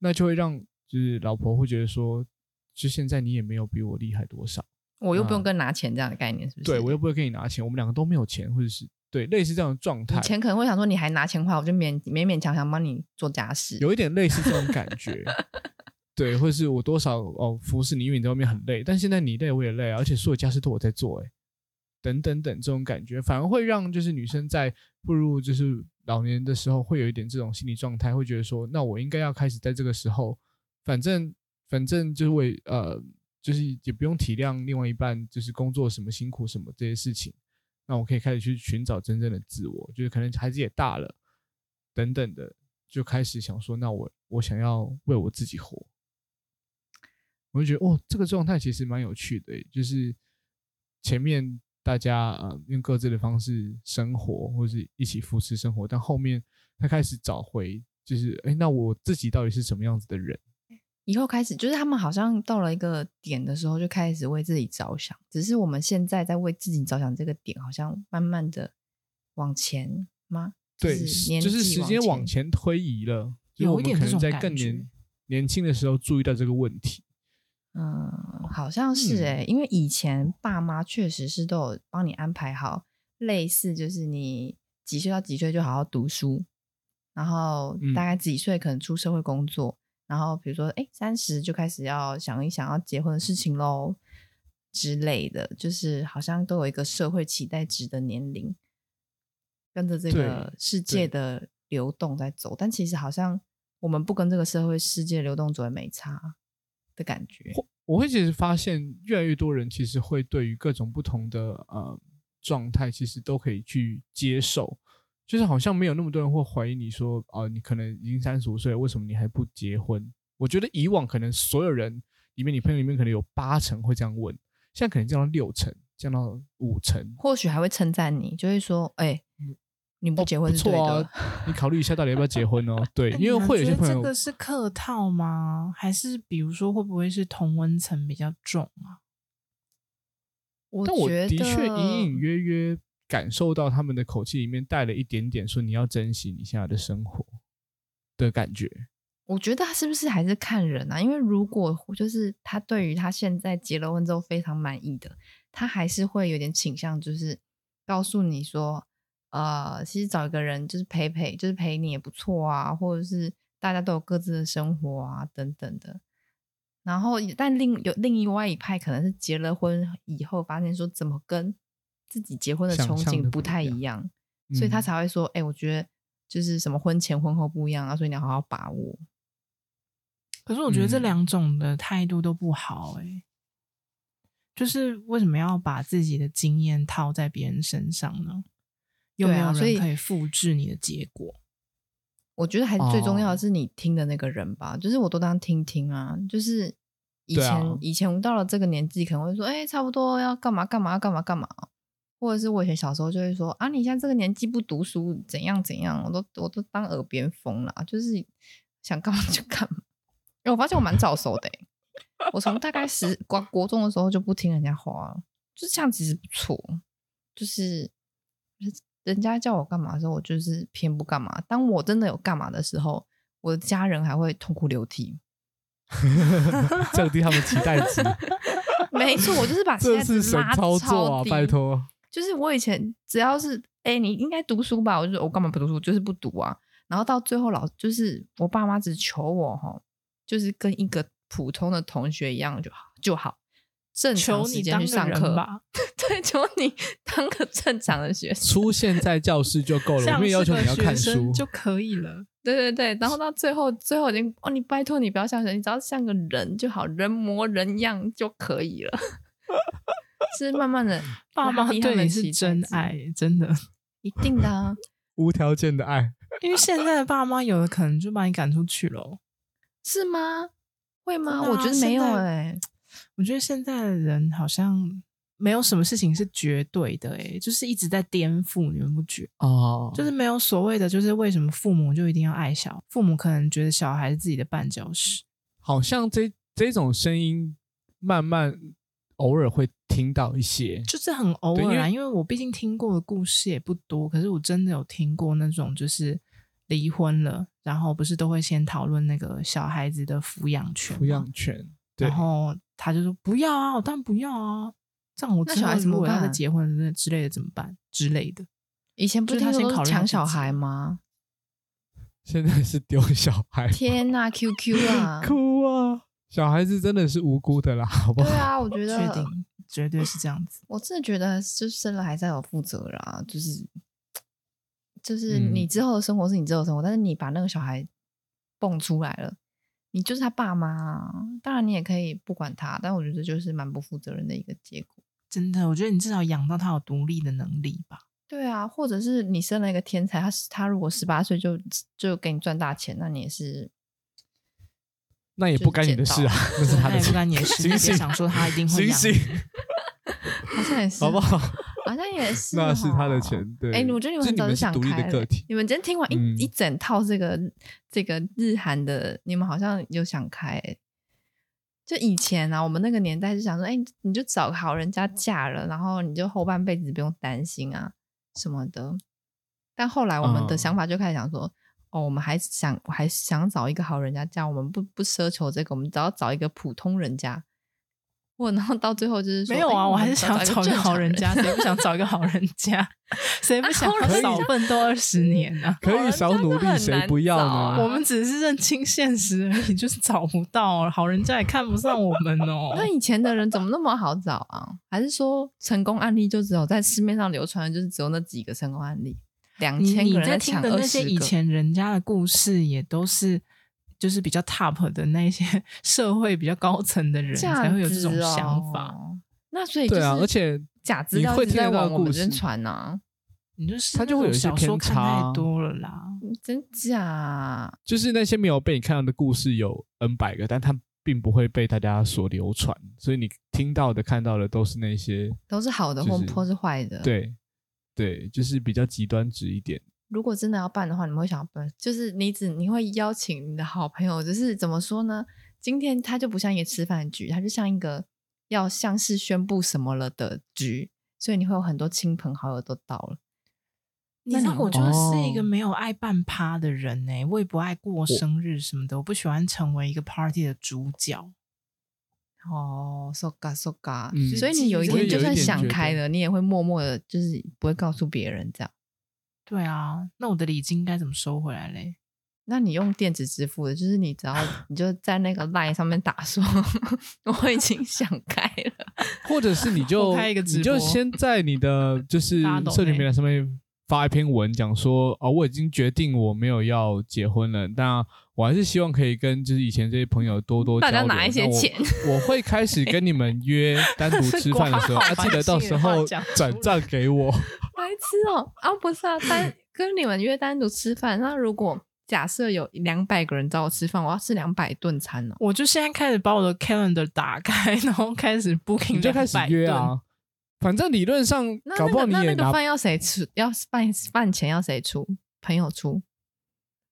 Speaker 1: 那就会让。就是老婆会觉得说，就现在你也没有比我厉害多少，
Speaker 3: 我又不用跟拿钱这样的概念，是不是？
Speaker 1: 嗯对我又不会给你拿钱，我们两个都没有钱，或者是对类似这样的状态
Speaker 3: 以，前可能会想说，你还拿钱花，我就勉勉勉强强帮你做家事。
Speaker 1: 有一点类似这种感觉，对，或者是我多少哦服侍你，因为你在外面很累，但现在你累我也累啊，而且所有家事都我在做、欸，哎，等等等这种感觉，反而会让就是女生在步入就是老年的时候，会有一点这种心理状态，会觉得说，那我应该要开始在这个时候。反正反正就是我也呃，就是也不用体谅另外一半，就是工作什么辛苦什么这些事情。那我可以开始去寻找真正的自我，就是可能孩子也大了，等等的，就开始想说，那我我想要为我自己活。我就觉得哦，这个状态其实蛮有趣的，欸就是前面大家呃用各自的方式生活，或是一起扶持生活，但后面他开始找回，就是哎，那我自己到底是什么样子的人？
Speaker 3: 以后开始，就是他们好像到了一个点的时候，就开始为自己着想。只是我们现在在为自己着想这个点，好像慢慢的往前吗？
Speaker 1: 对，
Speaker 3: 就是年纪
Speaker 1: 就是时间往
Speaker 3: 往前。
Speaker 1: 前推移了，就是
Speaker 2: 有
Speaker 1: 我
Speaker 2: 一
Speaker 1: 们
Speaker 2: 点
Speaker 1: 可能
Speaker 2: 这种
Speaker 1: 在
Speaker 2: 感
Speaker 1: 更年
Speaker 2: 觉
Speaker 1: 年轻的时候注意到这个问题。
Speaker 3: 嗯，好像是
Speaker 1: 嗯
Speaker 3: 哎、因为以前爸妈确实是都有帮你安排好，类似就是你几岁到几岁就好好读书，然后
Speaker 1: 嗯
Speaker 3: 大概几岁可能出社会工作，然后比如说哎三十就开始要想一想要结婚的事情喽之类的，就是好像都有一个社会期待值的年龄，跟着这个世界的流动在走，但其实好像我们不跟这个社会世界流动走也没差啊的感觉。
Speaker 1: 我会其实发现，越来越多人其实会对于各种不同的呃状态，其实都可以去接受。就是好像没有那么多人会怀疑你说，啊、你可能已经三十五岁了，为什么你还不结婚？我觉得以往可能所有人里面，你朋友里面可能有八成会这样问，现在可能降到六成，降到五成，
Speaker 3: 或许还会称赞你，就会说：“哎、你不
Speaker 1: 哦
Speaker 3: 结婚
Speaker 1: 不
Speaker 3: 是对
Speaker 1: 错
Speaker 3: 的。
Speaker 1: 啊， 你考虑一下到底要不要结婚哦。对，
Speaker 2: 哎
Speaker 1: 因为
Speaker 2: 你们
Speaker 1: 会有些
Speaker 2: 觉得
Speaker 1: 朋
Speaker 2: 这
Speaker 1: 友
Speaker 2: 个是客套吗？还是比如说会不会是同温层比较重啊？
Speaker 3: 我
Speaker 1: 但我
Speaker 3: 觉
Speaker 1: 的
Speaker 3: 得
Speaker 1: 确隐隐约约感受到他们的口气里面带了一点点说你要珍惜你现在的生活的感觉。
Speaker 3: 我觉得他是不是还是看人啊？因为如果就是他对于他现在结了婚之后非常满意的，他还是会有点倾向，就是告诉你说，呃，其实找一个人就是陪陪，就是陪你也不错啊，或者是大家都有各自的生活啊，等等的。然后，但另有另外一派可能是结了婚以后发现说，怎么跟自己结婚的
Speaker 1: 想
Speaker 3: 憧
Speaker 1: 象的
Speaker 3: 憬
Speaker 1: 不
Speaker 3: 不
Speaker 1: 一
Speaker 3: 太
Speaker 1: 样
Speaker 3: 一样，所以 他
Speaker 1: 嗯
Speaker 3: 才会说，哎、我觉得就是什么婚前婚后不一样啊，所以你要好好把握。
Speaker 2: 可是我觉得这
Speaker 1: 嗯
Speaker 2: 两种的态度都不好哎、就是为什么要把自己的经验套在别人身上呢？又
Speaker 3: 对
Speaker 2: 没
Speaker 3: 啊
Speaker 2: 有
Speaker 3: 所以
Speaker 2: 人可以复制你的结果。
Speaker 3: 我觉得还是最重要
Speaker 1: 哦
Speaker 3: 的是你听的那个人吧，就是我都当听听啊，就是以
Speaker 1: 对
Speaker 3: 前、
Speaker 1: 啊
Speaker 3: 以前我到了这个年纪，可能会说，哎、差不多要干嘛干嘛干嘛干嘛，哦或者是我以前小时候就会说，啊，你现在这个年纪不读书，怎样怎样，我都我都当耳边风啦，就是想干嘛就干嘛。哎、我发现我蛮早熟的、欸，我从大概十国国中的时候就不听人家话了，就这样其实不错，就是人家叫我干嘛的时候，我就是偏不干嘛。当我真的有干嘛的时候，我的家人还会痛哭流涕。
Speaker 1: 降低他们期待值，
Speaker 3: 没错，我就是把期
Speaker 1: 这
Speaker 3: 待
Speaker 1: 是
Speaker 3: 值
Speaker 1: 神
Speaker 3: 拉
Speaker 1: 操作
Speaker 3: 超
Speaker 1: 啊！
Speaker 3: 低。
Speaker 1: 拜，托，
Speaker 3: 就是我以前只要是哎、你应该读书吧，我就说我干嘛不读书，我就是不读啊。然后到最后老就是我爸妈只求我哈，就是跟一个普通的同学一样就好就好。正常
Speaker 2: 求
Speaker 3: 时
Speaker 2: 你
Speaker 3: 间
Speaker 2: 当
Speaker 3: 去
Speaker 2: 个
Speaker 3: 上
Speaker 2: 人
Speaker 3: 课，
Speaker 1: 哦
Speaker 2: 吧，
Speaker 3: 对，求你当个正常的学生。
Speaker 1: 出现在教室就够了，我
Speaker 2: 像
Speaker 1: 没有要
Speaker 2: 是
Speaker 1: 求
Speaker 2: 个
Speaker 1: 你要
Speaker 2: 学
Speaker 1: 看
Speaker 2: 生
Speaker 1: 书。
Speaker 2: 就可以了。
Speaker 3: 对对对，然后到最后，最后已经哦，你拜托你不要像神，你只要像个人就好，人模人样就可以了。 是慢慢的，
Speaker 2: 爸妈
Speaker 3: 拉低他
Speaker 2: 对
Speaker 3: 们
Speaker 2: 你
Speaker 3: 的
Speaker 2: 是
Speaker 3: 期待
Speaker 2: 真
Speaker 3: 值，
Speaker 2: 爱，真的。
Speaker 3: 一定的、啊。
Speaker 1: 无条件的爱，
Speaker 2: 因为现在的爸妈有的可能就把你赶出去了。
Speaker 3: 是吗？会吗？
Speaker 2: 真的啊
Speaker 3: 我觉得没有
Speaker 2: 现在
Speaker 3: 哎、
Speaker 2: 我觉得现在的人好像没有什么事情是绝对的、欸，就是一直在颠覆，你们不觉得？
Speaker 1: 哦，
Speaker 2: 就是没有所谓的，就是为什么父母就一定要爱小？父母可能觉得小孩是自己的绊脚石，
Speaker 1: 好像这这种声音慢慢偶尔会听到一些，
Speaker 2: 就是很偶
Speaker 1: 对
Speaker 2: 尔
Speaker 1: 因
Speaker 2: 啊。
Speaker 1: 为
Speaker 2: 因为我毕竟听过的故事也不多，可是我真的有听过那种就是离婚了，然后不是都会先讨论那个小孩子的抚养权吗，
Speaker 1: 抚养权，对
Speaker 2: 然，后他就说不要啊，我当然不要啊，这样我
Speaker 3: 那
Speaker 2: 之
Speaker 3: 小
Speaker 2: 后
Speaker 3: 孩怎
Speaker 2: 如
Speaker 3: 么
Speaker 2: 果要再
Speaker 3: 办
Speaker 2: 结婚那之类的怎么办之类的。
Speaker 3: 以前不
Speaker 2: 就是是他
Speaker 3: 听
Speaker 2: 先
Speaker 3: 说都
Speaker 2: 考
Speaker 3: 是
Speaker 2: 虑
Speaker 3: 抢
Speaker 2: 他
Speaker 3: 小
Speaker 2: 自己
Speaker 3: 孩吗？
Speaker 1: 现在是丢小孩，！
Speaker 3: 天呐、q q 啊
Speaker 1: 哭啊！小孩子真的是无辜的啦，好不
Speaker 3: 对
Speaker 1: 好？
Speaker 3: 啊，我觉
Speaker 2: 确
Speaker 3: 得
Speaker 2: 定，绝对是这样子。
Speaker 3: 我真的觉得，就是生了还是要有负责啦，就是就是
Speaker 1: 嗯
Speaker 3: 你之后的生活是你之后的生活，但是你把那个小孩蹦出来了，你就是他爸妈啊。当然你也可以不管他，但我觉得就是蛮不负责任的一个结果。
Speaker 2: 真的，我觉得你至少养到他有独立的能力吧。
Speaker 3: 对啊，或者是你生了一个天才，他他如果十八岁就就给你赚大钱，那你也是
Speaker 1: 那也不干你的事啊， 那是他
Speaker 2: 那
Speaker 1: 的
Speaker 2: 也
Speaker 1: 事
Speaker 2: 不，干你的事，
Speaker 1: 醒
Speaker 2: 你别
Speaker 1: 醒
Speaker 2: 想说他一定会
Speaker 1: 醒
Speaker 2: 养
Speaker 1: 醒，
Speaker 2: 你。
Speaker 3: 好像也是，
Speaker 1: 好不？好？
Speaker 3: 好像 也是，
Speaker 1: 那是他的钱。。对，
Speaker 3: 哎、我觉得你们
Speaker 1: 是
Speaker 3: 很
Speaker 1: 你
Speaker 3: 早就
Speaker 1: 们是
Speaker 3: 想
Speaker 1: 独立
Speaker 3: 开
Speaker 1: 的
Speaker 3: 了
Speaker 1: 个
Speaker 3: 欸
Speaker 1: 体，
Speaker 3: 你们今天听完一、
Speaker 1: 嗯
Speaker 3: 一整套这个这个日韩的，你们好像有想开欸、就以前啊，我们那个年代就想说，哎、你就找个好人家嫁了，然后你就后半辈子不用担心啊什么的。但后来我们的
Speaker 1: 嗯
Speaker 3: 想法就开始想说，哦，我们还是想我还是想找一个好人家嫁，我们不不奢求这个，我们只要找一个普通人家。我然后到最后就是说
Speaker 2: 没有
Speaker 3: 哎
Speaker 2: 啊，我还是
Speaker 3: 们
Speaker 2: 想要找
Speaker 3: 找
Speaker 2: 一个
Speaker 3: 正
Speaker 2: 好
Speaker 3: 常
Speaker 2: 人家，谁不想找一个好人家？ 谁不想
Speaker 3: 好人
Speaker 1: 家
Speaker 2: 少奋斗二十年啊呢、
Speaker 1: 可
Speaker 3: 老
Speaker 1: 以
Speaker 3: 人
Speaker 1: 少
Speaker 3: 家
Speaker 1: 努
Speaker 3: 真的
Speaker 1: 力，
Speaker 3: 很
Speaker 1: 谁
Speaker 3: 难
Speaker 1: 不要
Speaker 3: 找啊
Speaker 1: 呢？
Speaker 2: 我们只是认清现实而已，就是找不到、啊好人家也看不上我们 哦、
Speaker 3: 那以前的人怎么那么好找啊？还是说成功案例就只有在市面上流传，就是只有那几个成功案例，两
Speaker 2: 你
Speaker 3: 千
Speaker 2: 你
Speaker 3: 个人
Speaker 2: 在听
Speaker 3: 抢
Speaker 2: 的
Speaker 3: 二
Speaker 2: 那些
Speaker 3: 十
Speaker 2: 以
Speaker 3: 个？
Speaker 2: 前人家的故事，也都是就是比较 top 的那些 社会比较高层的人
Speaker 3: 这样
Speaker 2: 才会有这种
Speaker 3: 子哦
Speaker 2: 想法。。
Speaker 3: 那所哎以就
Speaker 1: 对
Speaker 3: 是
Speaker 1: 啊，而且
Speaker 3: 假资
Speaker 1: 你
Speaker 3: 料
Speaker 1: 会
Speaker 3: 一直
Speaker 1: 听
Speaker 3: 在
Speaker 1: 得到
Speaker 3: 往我
Speaker 1: 故
Speaker 3: 们这边
Speaker 1: 事
Speaker 3: 传啊，
Speaker 2: 你就是
Speaker 1: 他就
Speaker 2: 那
Speaker 1: 会有一
Speaker 2: 种
Speaker 1: 些
Speaker 2: 小说
Speaker 1: 偏
Speaker 2: 看
Speaker 1: 差啊
Speaker 2: 太多了啦，
Speaker 3: 真假？
Speaker 1: 就是那些没有被你看到的故事有 N 百个，但它并不会被大家所流传，所以你听到的、看到的都是那些
Speaker 3: 都是好的
Speaker 1: 就
Speaker 3: 或
Speaker 1: 是
Speaker 3: 或是坏的？，
Speaker 1: 对对，就是比较极端值一点。
Speaker 3: 如果真的要办的话，你们会想要办，就是你只你会邀请你的好朋友，就是怎么说呢？今天它就不像一个吃饭局，它就像一个要像是宣布什么了的局，所以你会有很多亲朋好友都到了。
Speaker 2: 你知
Speaker 3: 那
Speaker 2: 道
Speaker 3: 你
Speaker 2: 我就是一个
Speaker 1: 哦
Speaker 2: 没有爱办趴的人呢、我也不爱过生日什么的，我不喜欢成为一个 party 的主角。
Speaker 3: 哦，so ga so ga，、
Speaker 1: 嗯
Speaker 3: 所以你有一
Speaker 1: 我也
Speaker 3: 天就
Speaker 1: 有一
Speaker 3: 算
Speaker 1: 点
Speaker 3: 想
Speaker 1: 觉
Speaker 3: 开
Speaker 1: 得
Speaker 3: 了，你也会默默的，就是不会告诉别人这样。
Speaker 2: 对啊，那我的礼金该怎么收回来嘞？
Speaker 3: 那你用电子支付的，就是 你只要你就在那个 line 上面打说， 我已经想开了，
Speaker 1: 或者是你就
Speaker 2: 我开一个直
Speaker 1: 你就
Speaker 2: 播
Speaker 1: 先在你的就是
Speaker 2: 大家懂
Speaker 1: 社群
Speaker 2: 欸
Speaker 1: 平台上面发一篇文，讲说哦，我已经决定我没有要结婚了，但我还是希望可以跟就是以前这些朋友多多
Speaker 3: 大家
Speaker 1: 交流
Speaker 3: 拿一些
Speaker 1: 那我
Speaker 3: 钱
Speaker 1: 我会开始跟你们约单独吃饭的时 候，
Speaker 2: 哇
Speaker 1: 啊、记得到时
Speaker 2: 把你
Speaker 1: 候
Speaker 2: 心里的话讲出来
Speaker 1: 转账给 我。
Speaker 3: 白痴哦、啊，不是啊，单跟你们约单独吃饭，那如果假设有两百个人找我吃饭，我要吃两百顿餐哦、
Speaker 2: 我就现在开始把我的 calendar 打开， 然后开始 booking，
Speaker 1: 你就开始
Speaker 2: 200
Speaker 1: 约
Speaker 2: 顿。
Speaker 1: 啊。反正理论上，
Speaker 3: 那
Speaker 1: 搞
Speaker 3: 那
Speaker 1: 不好
Speaker 3: 个
Speaker 1: 你
Speaker 3: 那
Speaker 1: 也
Speaker 3: 那
Speaker 1: 拿
Speaker 3: 个饭要谁出？要饭饭钱要谁出？朋友出？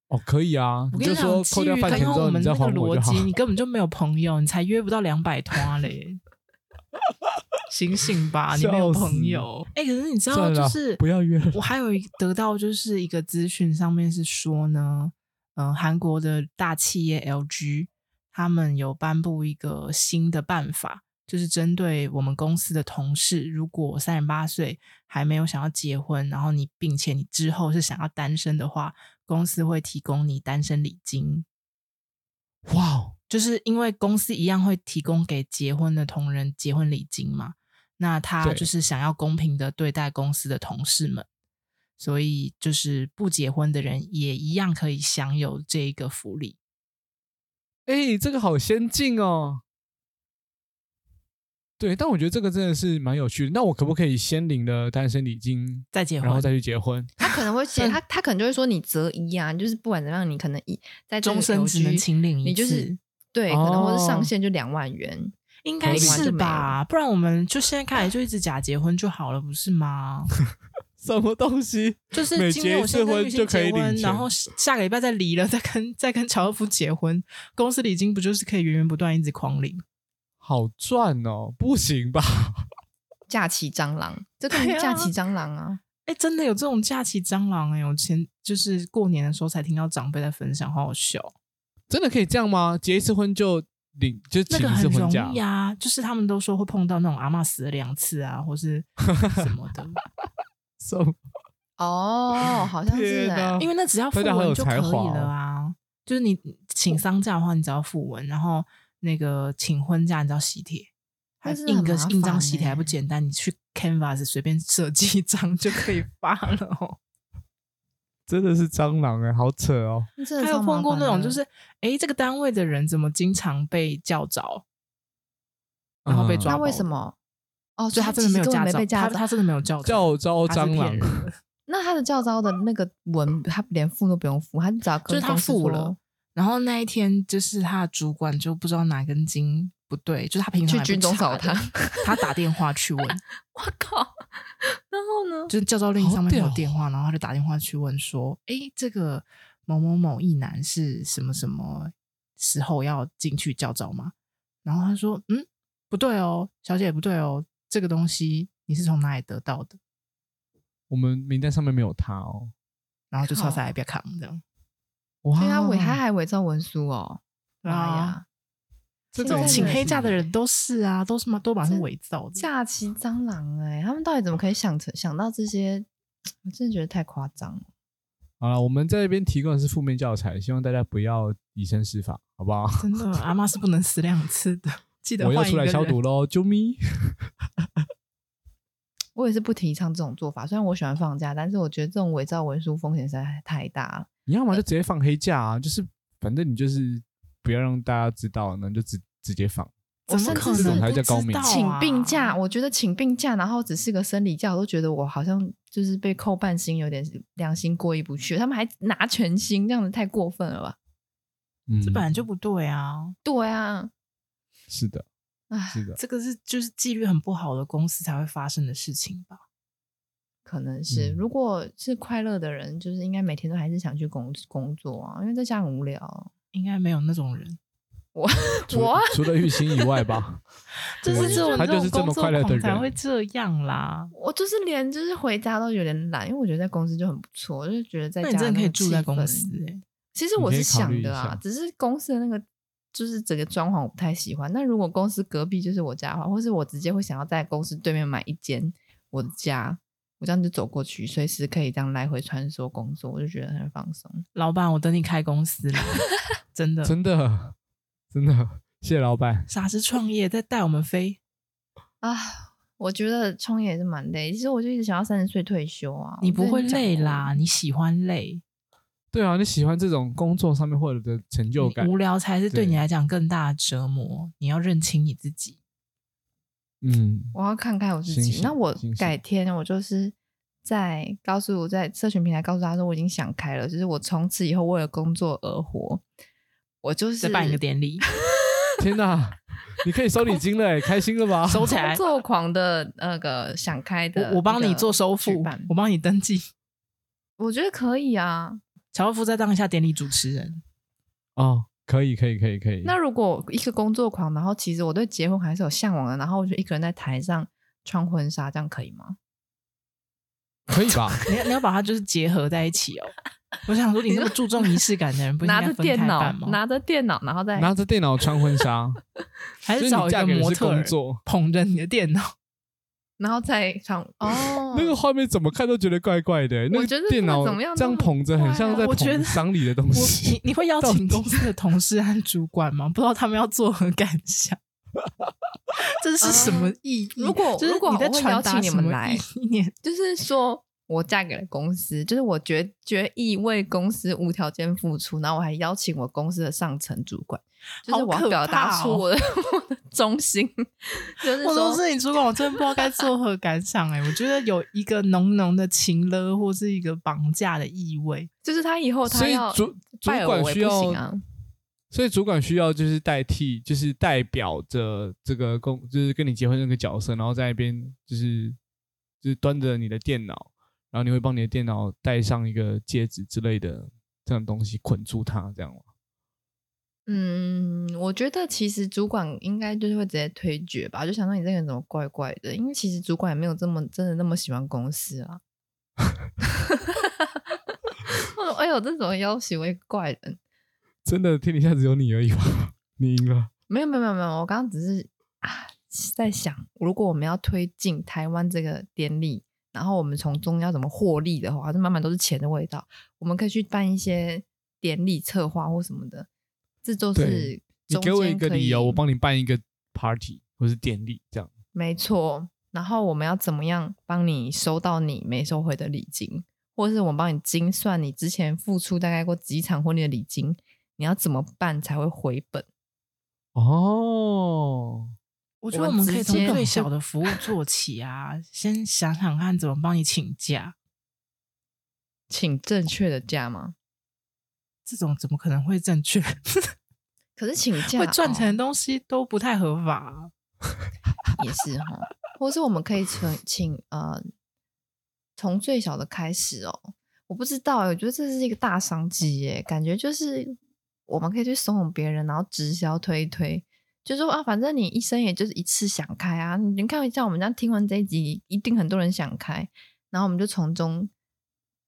Speaker 1: 哦，可以啊。
Speaker 2: 我
Speaker 1: 你
Speaker 2: 跟
Speaker 1: 就
Speaker 2: 你
Speaker 1: 说
Speaker 2: 讲，
Speaker 1: 扣
Speaker 2: 基
Speaker 1: 掉
Speaker 2: 于
Speaker 1: 饭
Speaker 2: 刚
Speaker 1: 钱之
Speaker 2: 刚
Speaker 1: 后，
Speaker 2: 我们
Speaker 1: 你再
Speaker 2: 那个
Speaker 1: 还我就
Speaker 2: 逻
Speaker 1: 好
Speaker 2: 辑，。你根本就没有朋友，你才约不到两百 团嘞。醒醒吧，你没有
Speaker 1: 笑死
Speaker 2: 朋友。哎、可是你知道，
Speaker 1: 算
Speaker 2: 就
Speaker 1: 了，
Speaker 2: 是
Speaker 1: 不要约了。
Speaker 2: 我还有一得到就是一个资讯，上面是说呢，嗯、韩国的大企业 LG 他们有颁布一个新的办法，就是针对我们公司的同事，如果三十八岁还没有想要结婚，然后你并且你之后是想要单身的话，公司会提供你单身礼金。
Speaker 1: 哇哦，
Speaker 2: 就是因为公司一样会提供给结婚的同仁结婚礼金嘛，那他
Speaker 1: 对
Speaker 2: 就是想要公平的对待公司的同事们，所以就是不结婚的人也一样可以享有这一个福利。
Speaker 1: 哎、这个好先进哦。对，但我觉得这个真的是蛮有趣的。那我可不可以先领了单身礼金，
Speaker 2: 再结
Speaker 1: 然后
Speaker 2: 婚，
Speaker 1: 再去结婚？
Speaker 3: 他可能会写他，他可能就会说你择一啊，就是不管怎么样，你可能一在这个
Speaker 2: 终身
Speaker 3: 邮
Speaker 2: 只能
Speaker 3: 局
Speaker 2: 请领一次，哦
Speaker 3: 你就是对，可能或是上限就两万元。
Speaker 2: 应该
Speaker 3: 领完就是没
Speaker 2: 吧？不然我们就现在开始就一直假结婚就好了，不是吗？
Speaker 1: 什么东西？
Speaker 2: 就是
Speaker 1: 每
Speaker 2: 今
Speaker 1: 结
Speaker 2: 天
Speaker 1: 一
Speaker 2: 我
Speaker 1: 次
Speaker 2: 先跟
Speaker 1: 婚
Speaker 2: 玉
Speaker 1: 就
Speaker 2: 鑫
Speaker 1: 可以
Speaker 2: 结
Speaker 1: 领
Speaker 2: 婚，然
Speaker 1: 钱
Speaker 2: 后下个礼拜再离了，再跟再跟乔尔夫结婚，公司礼金不就是可以源源不断一直狂领？
Speaker 1: 好赚哦，不行吧？
Speaker 3: 假期蟑螂，这个
Speaker 2: 对啊
Speaker 3: 假期蟑螂啊，
Speaker 2: 哎、真的有这种假期蟑螂哎、我前就是过年的时候才听到长辈在分享，好好笑。哦
Speaker 1: 真的可以这样吗？结一次婚就领，就
Speaker 2: 那
Speaker 1: 请
Speaker 2: 个
Speaker 1: 一
Speaker 2: 很
Speaker 1: 次
Speaker 2: 容
Speaker 1: 婚假
Speaker 2: 易？啊，就是他们都说会碰到那种阿嬷死了两次啊，或 是什么的，
Speaker 1: 什么
Speaker 3: 哦，好像是
Speaker 1: 天
Speaker 3: 哎、
Speaker 1: 哪
Speaker 2: 因为那 只要
Speaker 1: 大
Speaker 2: 付
Speaker 1: 家好有
Speaker 2: 文就可
Speaker 1: 才
Speaker 2: 以
Speaker 1: 华哦
Speaker 2: 了啊。就是你请丧假的话，你只要付文，然后那个请婚假你只要喜帖，还
Speaker 3: 但是很
Speaker 2: 印个
Speaker 3: 麻
Speaker 2: 印章
Speaker 3: 烦
Speaker 2: 喜帖还不
Speaker 3: 欸
Speaker 2: 简单，你去 Canvas 随便设计一张就可以发了哦。
Speaker 1: 真的是蟑螂哎、好扯哦！
Speaker 3: 真
Speaker 2: 还
Speaker 3: 的超
Speaker 2: 有
Speaker 3: 麻
Speaker 2: 碰过那
Speaker 3: 烦
Speaker 2: 种
Speaker 3: 的
Speaker 2: 就是，哎、这个单位的人怎么经常被叫找，然
Speaker 1: 嗯
Speaker 2: 后被抓
Speaker 3: 那
Speaker 2: 包
Speaker 3: 为
Speaker 2: 的
Speaker 3: 什？么？哦，
Speaker 2: 所以他真的
Speaker 3: 其
Speaker 2: 没
Speaker 3: 实
Speaker 2: 有
Speaker 3: 根
Speaker 2: 驾
Speaker 3: 本没
Speaker 2: 照，他
Speaker 3: 被驾照
Speaker 2: 他。真的没有叫
Speaker 1: 叫招
Speaker 2: 他是
Speaker 1: 蟑
Speaker 2: 骗
Speaker 1: 螂
Speaker 2: 人，的
Speaker 3: 那他的教招的那个文，他连付都不用付，他只要
Speaker 2: 就
Speaker 3: 跟
Speaker 2: 是他
Speaker 3: 公司
Speaker 2: 付
Speaker 3: 说
Speaker 2: 了，，然后那一天就是他的主管就不知道哪根筋不对，就是他平常
Speaker 3: 去
Speaker 2: 也不
Speaker 3: 军中找
Speaker 2: 查的
Speaker 3: 他，
Speaker 2: 他打电话去 问，
Speaker 3: 我靠！然后呢？
Speaker 2: 就是教招令上
Speaker 1: 好
Speaker 2: 面
Speaker 1: 屌
Speaker 2: 有电话，然后他就打电话去问说：“诶，这个某某某一男是什么什么时候要进去教招吗？”然后他说：“嗯，不对哦，小姐不对哦，这个东西你是从哪里得到的
Speaker 1: 我们名单上面没有他哦。？”
Speaker 2: 然后就
Speaker 3: 靠
Speaker 2: 超载来别扛这样。
Speaker 1: 哇，
Speaker 3: 对啊，伪他还伪造文书哦！
Speaker 2: 对
Speaker 3: 妈
Speaker 2: 啊，
Speaker 3: 呀，
Speaker 1: 这
Speaker 3: 现
Speaker 2: 这种
Speaker 3: 在
Speaker 2: 请
Speaker 3: 的
Speaker 2: 黑假的
Speaker 1: 人。
Speaker 2: 人都是啊，都是嘛，都把是伪造的。
Speaker 3: 假期蟑螂哎、他们到底怎么可以想成想到这些？我真的觉得太夸张了。
Speaker 1: 好了，我们在这边提供的是负面教材，希望大家不要以身试法，好不好？
Speaker 2: 真的，阿妈是不能死两次的，记得
Speaker 1: 我
Speaker 2: 换一
Speaker 1: 要
Speaker 2: 个
Speaker 1: 出来消
Speaker 2: 人
Speaker 1: 毒喽，啾咪！
Speaker 3: 我也是不提倡这种做法，虽然我喜欢放假，但是我觉得这种伪造文书风险实在太大了。
Speaker 1: 你要么就直接放黑假啊，就是反正你就是不要让大家知道，那你就直直接放。
Speaker 2: 怎
Speaker 3: 我
Speaker 2: 么
Speaker 3: 甚
Speaker 2: 可
Speaker 3: 至
Speaker 2: 能
Speaker 1: 是还
Speaker 2: 不
Speaker 1: 在
Speaker 2: 知
Speaker 1: 高嗯明
Speaker 2: 道啊
Speaker 3: 请病假，我觉得请病假，然后只是个生理假，我都觉得我好像就是被扣半薪，有点良心过意不去。他们还拿全薪，这样子太过分了吧？
Speaker 1: 嗯，
Speaker 2: 这本来就不对啊。
Speaker 3: 对啊，
Speaker 1: 是的，
Speaker 3: 唉，
Speaker 1: 是的，
Speaker 2: 这个是就是纪律很不好的公司才会发生的事情吧？
Speaker 3: 可能是、
Speaker 1: 嗯
Speaker 3: 如果是快乐的人，就是应该每天都还是想去工工作啊，因为在家很无聊。
Speaker 2: 应该没有那种人，
Speaker 1: 除
Speaker 3: 我啊
Speaker 1: 除了玉兴以外 吧，
Speaker 3: 就是
Speaker 1: 对
Speaker 3: 这种
Speaker 1: 他就是这
Speaker 2: 工
Speaker 1: 么
Speaker 2: 作
Speaker 1: 快乐的
Speaker 2: 狂才会
Speaker 1: 人。
Speaker 2: 这样啦。
Speaker 3: 我就是连就是回家都有点懒，因为我觉得在公司就很不错，我就觉得在
Speaker 2: 那
Speaker 3: 家
Speaker 2: 你真的可以
Speaker 3: 那个
Speaker 2: 住在
Speaker 3: 气氛
Speaker 2: 公司、欸，
Speaker 3: 其实
Speaker 1: 你
Speaker 3: 我
Speaker 1: 可
Speaker 3: 是
Speaker 1: 以考虑
Speaker 3: 想
Speaker 1: 一
Speaker 3: 的啊
Speaker 1: 下，
Speaker 3: 只是公司的那个就是整个装潢我不太喜欢。那如果公司隔壁就是我家的话，或是我直接会想要在公司对面买一间我的家，我这样就走过去，随时可以这样来回穿梭工作，我就觉得很放松。
Speaker 2: 老板，我等你开公司啦，真的。
Speaker 1: 真的，真的，谢谢老板。
Speaker 2: 傻子创业再带我们飞，
Speaker 3: 啊，我觉得创业也是蛮累，其实我就一直想要三十岁退休啊。
Speaker 2: 你
Speaker 3: 我之
Speaker 2: 不
Speaker 3: 前
Speaker 2: 会
Speaker 3: 讲
Speaker 2: 累
Speaker 3: 过
Speaker 2: 啦，你喜欢累，
Speaker 1: 对啊，你喜欢这种工作上面获得的成就感
Speaker 2: 你？无聊才是对你
Speaker 1: 对
Speaker 2: 来讲更大的折磨。你要认清你自己，
Speaker 1: 嗯，
Speaker 3: 我要看看我自
Speaker 1: 星
Speaker 3: 己。
Speaker 1: 星
Speaker 3: 那我
Speaker 1: 星星
Speaker 3: 改天我就是在告诉我在社群平台告诉他说我已经想开了，就是我从此以后为了工作而活，我就是
Speaker 2: 再办一个典礼，
Speaker 1: 天哪，你可以收礼金了欸，开心了吧？
Speaker 2: 收起
Speaker 3: 哦工
Speaker 2: 来。
Speaker 3: 作狂的那个想开的
Speaker 2: 我我帮
Speaker 3: 一
Speaker 2: 你
Speaker 3: 个
Speaker 2: 做收
Speaker 3: 举
Speaker 2: 付
Speaker 3: 办，
Speaker 2: 我帮你登记。
Speaker 3: 我觉得可以啊。
Speaker 2: 乔夫再当一下典礼主持人，
Speaker 1: 哦，可以，可以，可以，可以。
Speaker 3: 那如果一个工作狂，然后其实我对结婚还是有向往的，然后我就一个人在台上穿婚纱，这样可以吗？
Speaker 1: 可以 吧？
Speaker 2: 你要你要把它就是结合在一起哦。我想说，你那么注重仪式感的人，不应
Speaker 3: 拿
Speaker 2: 该
Speaker 3: 着
Speaker 2: 分
Speaker 3: 电
Speaker 2: 开
Speaker 3: 脑
Speaker 2: 办吗，？
Speaker 3: 拿着电脑，然后再
Speaker 1: 拿着电脑穿婚纱，
Speaker 2: 还
Speaker 1: 就是是
Speaker 2: 找
Speaker 1: 你
Speaker 2: 一
Speaker 1: 嫁
Speaker 2: 个
Speaker 1: 给的
Speaker 2: 模
Speaker 1: 是
Speaker 2: 特
Speaker 1: 工
Speaker 2: 儿
Speaker 1: 作，，
Speaker 2: 捧着你的电脑，
Speaker 4: 然后再唱哦
Speaker 3: 嗯
Speaker 1: 那个画面怎么看都觉得怪怪的、那
Speaker 4: 我觉得
Speaker 1: 个电脑
Speaker 4: 不管怎么样
Speaker 1: 这样
Speaker 4: 都很
Speaker 1: 捧着，
Speaker 4: 怪啊
Speaker 1: 很像在
Speaker 2: 我觉
Speaker 1: 捧
Speaker 2: 得
Speaker 1: 丧礼的东
Speaker 2: 我
Speaker 1: 西
Speaker 2: 你。你会邀
Speaker 1: 到
Speaker 2: 请
Speaker 1: 底
Speaker 2: 公司的同事和主管吗？不知道他们要作何感想？ 这是什么意义？
Speaker 3: 嗯
Speaker 4: 如果
Speaker 2: 就是
Speaker 4: 如果
Speaker 2: 你在
Speaker 4: 我会
Speaker 2: 传
Speaker 4: 邀
Speaker 2: 达
Speaker 4: 请你
Speaker 2: 什
Speaker 4: 们
Speaker 2: 么
Speaker 4: 来
Speaker 2: 意 念？
Speaker 4: 就是说
Speaker 3: 我嫁给了公司，就是我决决意为公司无条件付出，然后我还邀请我公司的上层主管，就是
Speaker 2: 好
Speaker 3: 我
Speaker 2: 可
Speaker 3: 要表达
Speaker 2: 怕
Speaker 3: 出
Speaker 2: 哦
Speaker 3: 我的、 我的忠心， 就是
Speaker 2: 我
Speaker 3: 说
Speaker 2: 都是你主管，我真的不知道该作何感想哎、我觉得有一个浓浓的情勒或是一个绑架的意味。
Speaker 3: 就是他以后
Speaker 1: 所
Speaker 3: 他
Speaker 1: 以
Speaker 3: 要
Speaker 1: 主主
Speaker 3: 拜
Speaker 1: 管
Speaker 3: 我也
Speaker 1: 需
Speaker 3: 不
Speaker 1: 要
Speaker 3: 行，啊，
Speaker 1: 所以主管需要就是代替，就是代表着这个公，就是跟你结婚的那个角色，然后在那边就是就是端着你的电脑，然后你会帮你的电脑戴上一个戒指之类的这种东西捆住它，这样吗？
Speaker 3: 嗯，我觉得其实主管应该就是会直接推举吧，就想到你这个人怎么怪怪的，因为其实主管也没有这么真的那么喜欢公司啊。 我哎呦，这怎么要挟为怪人？
Speaker 1: 真的天底下只有你而已吧？你赢了，
Speaker 3: 没有没有没有没有，我刚刚只是啊在想，如果我们要推进台湾这个典礼，然后我们从中要怎么获利的话，这满满都是钱的味道。我们可以去办一些典礼策划或什么的，这都是
Speaker 1: 对你
Speaker 3: 中
Speaker 1: 给我一
Speaker 3: 间
Speaker 1: 个
Speaker 3: 可
Speaker 1: 理由，
Speaker 3: 以
Speaker 1: 我帮你办一个 party 或是典礼，这样
Speaker 3: 没错。然后我们要怎么样帮你收到你没收回的礼金，或者是我们帮你精算你之前付出大概过几场婚礼的礼金，你要怎么办才会回本？
Speaker 1: 哦。
Speaker 2: 我觉得
Speaker 3: 我
Speaker 2: 我
Speaker 3: 们
Speaker 2: 们可以
Speaker 3: 直
Speaker 2: 从
Speaker 3: 接
Speaker 2: 最小的服务做起啊，先想想看怎么帮你请假，
Speaker 3: 请正确的价吗？
Speaker 2: 这种怎么可能会正确？
Speaker 3: 可是请假
Speaker 2: 会赚
Speaker 3: 哦
Speaker 2: 钱的东西都不太合法啊、
Speaker 3: 也是哈，或是我们可以从请呃，从最小的开始哦。我不知道欸，我觉得这是一个大商机耶，感觉就是我们可以去怂恿别人，然后直销推一推，就说啊，反正你一生也就是一次想开啊。你你看一下，我们这样听完这一集，一定很多人想开，然后我们就从中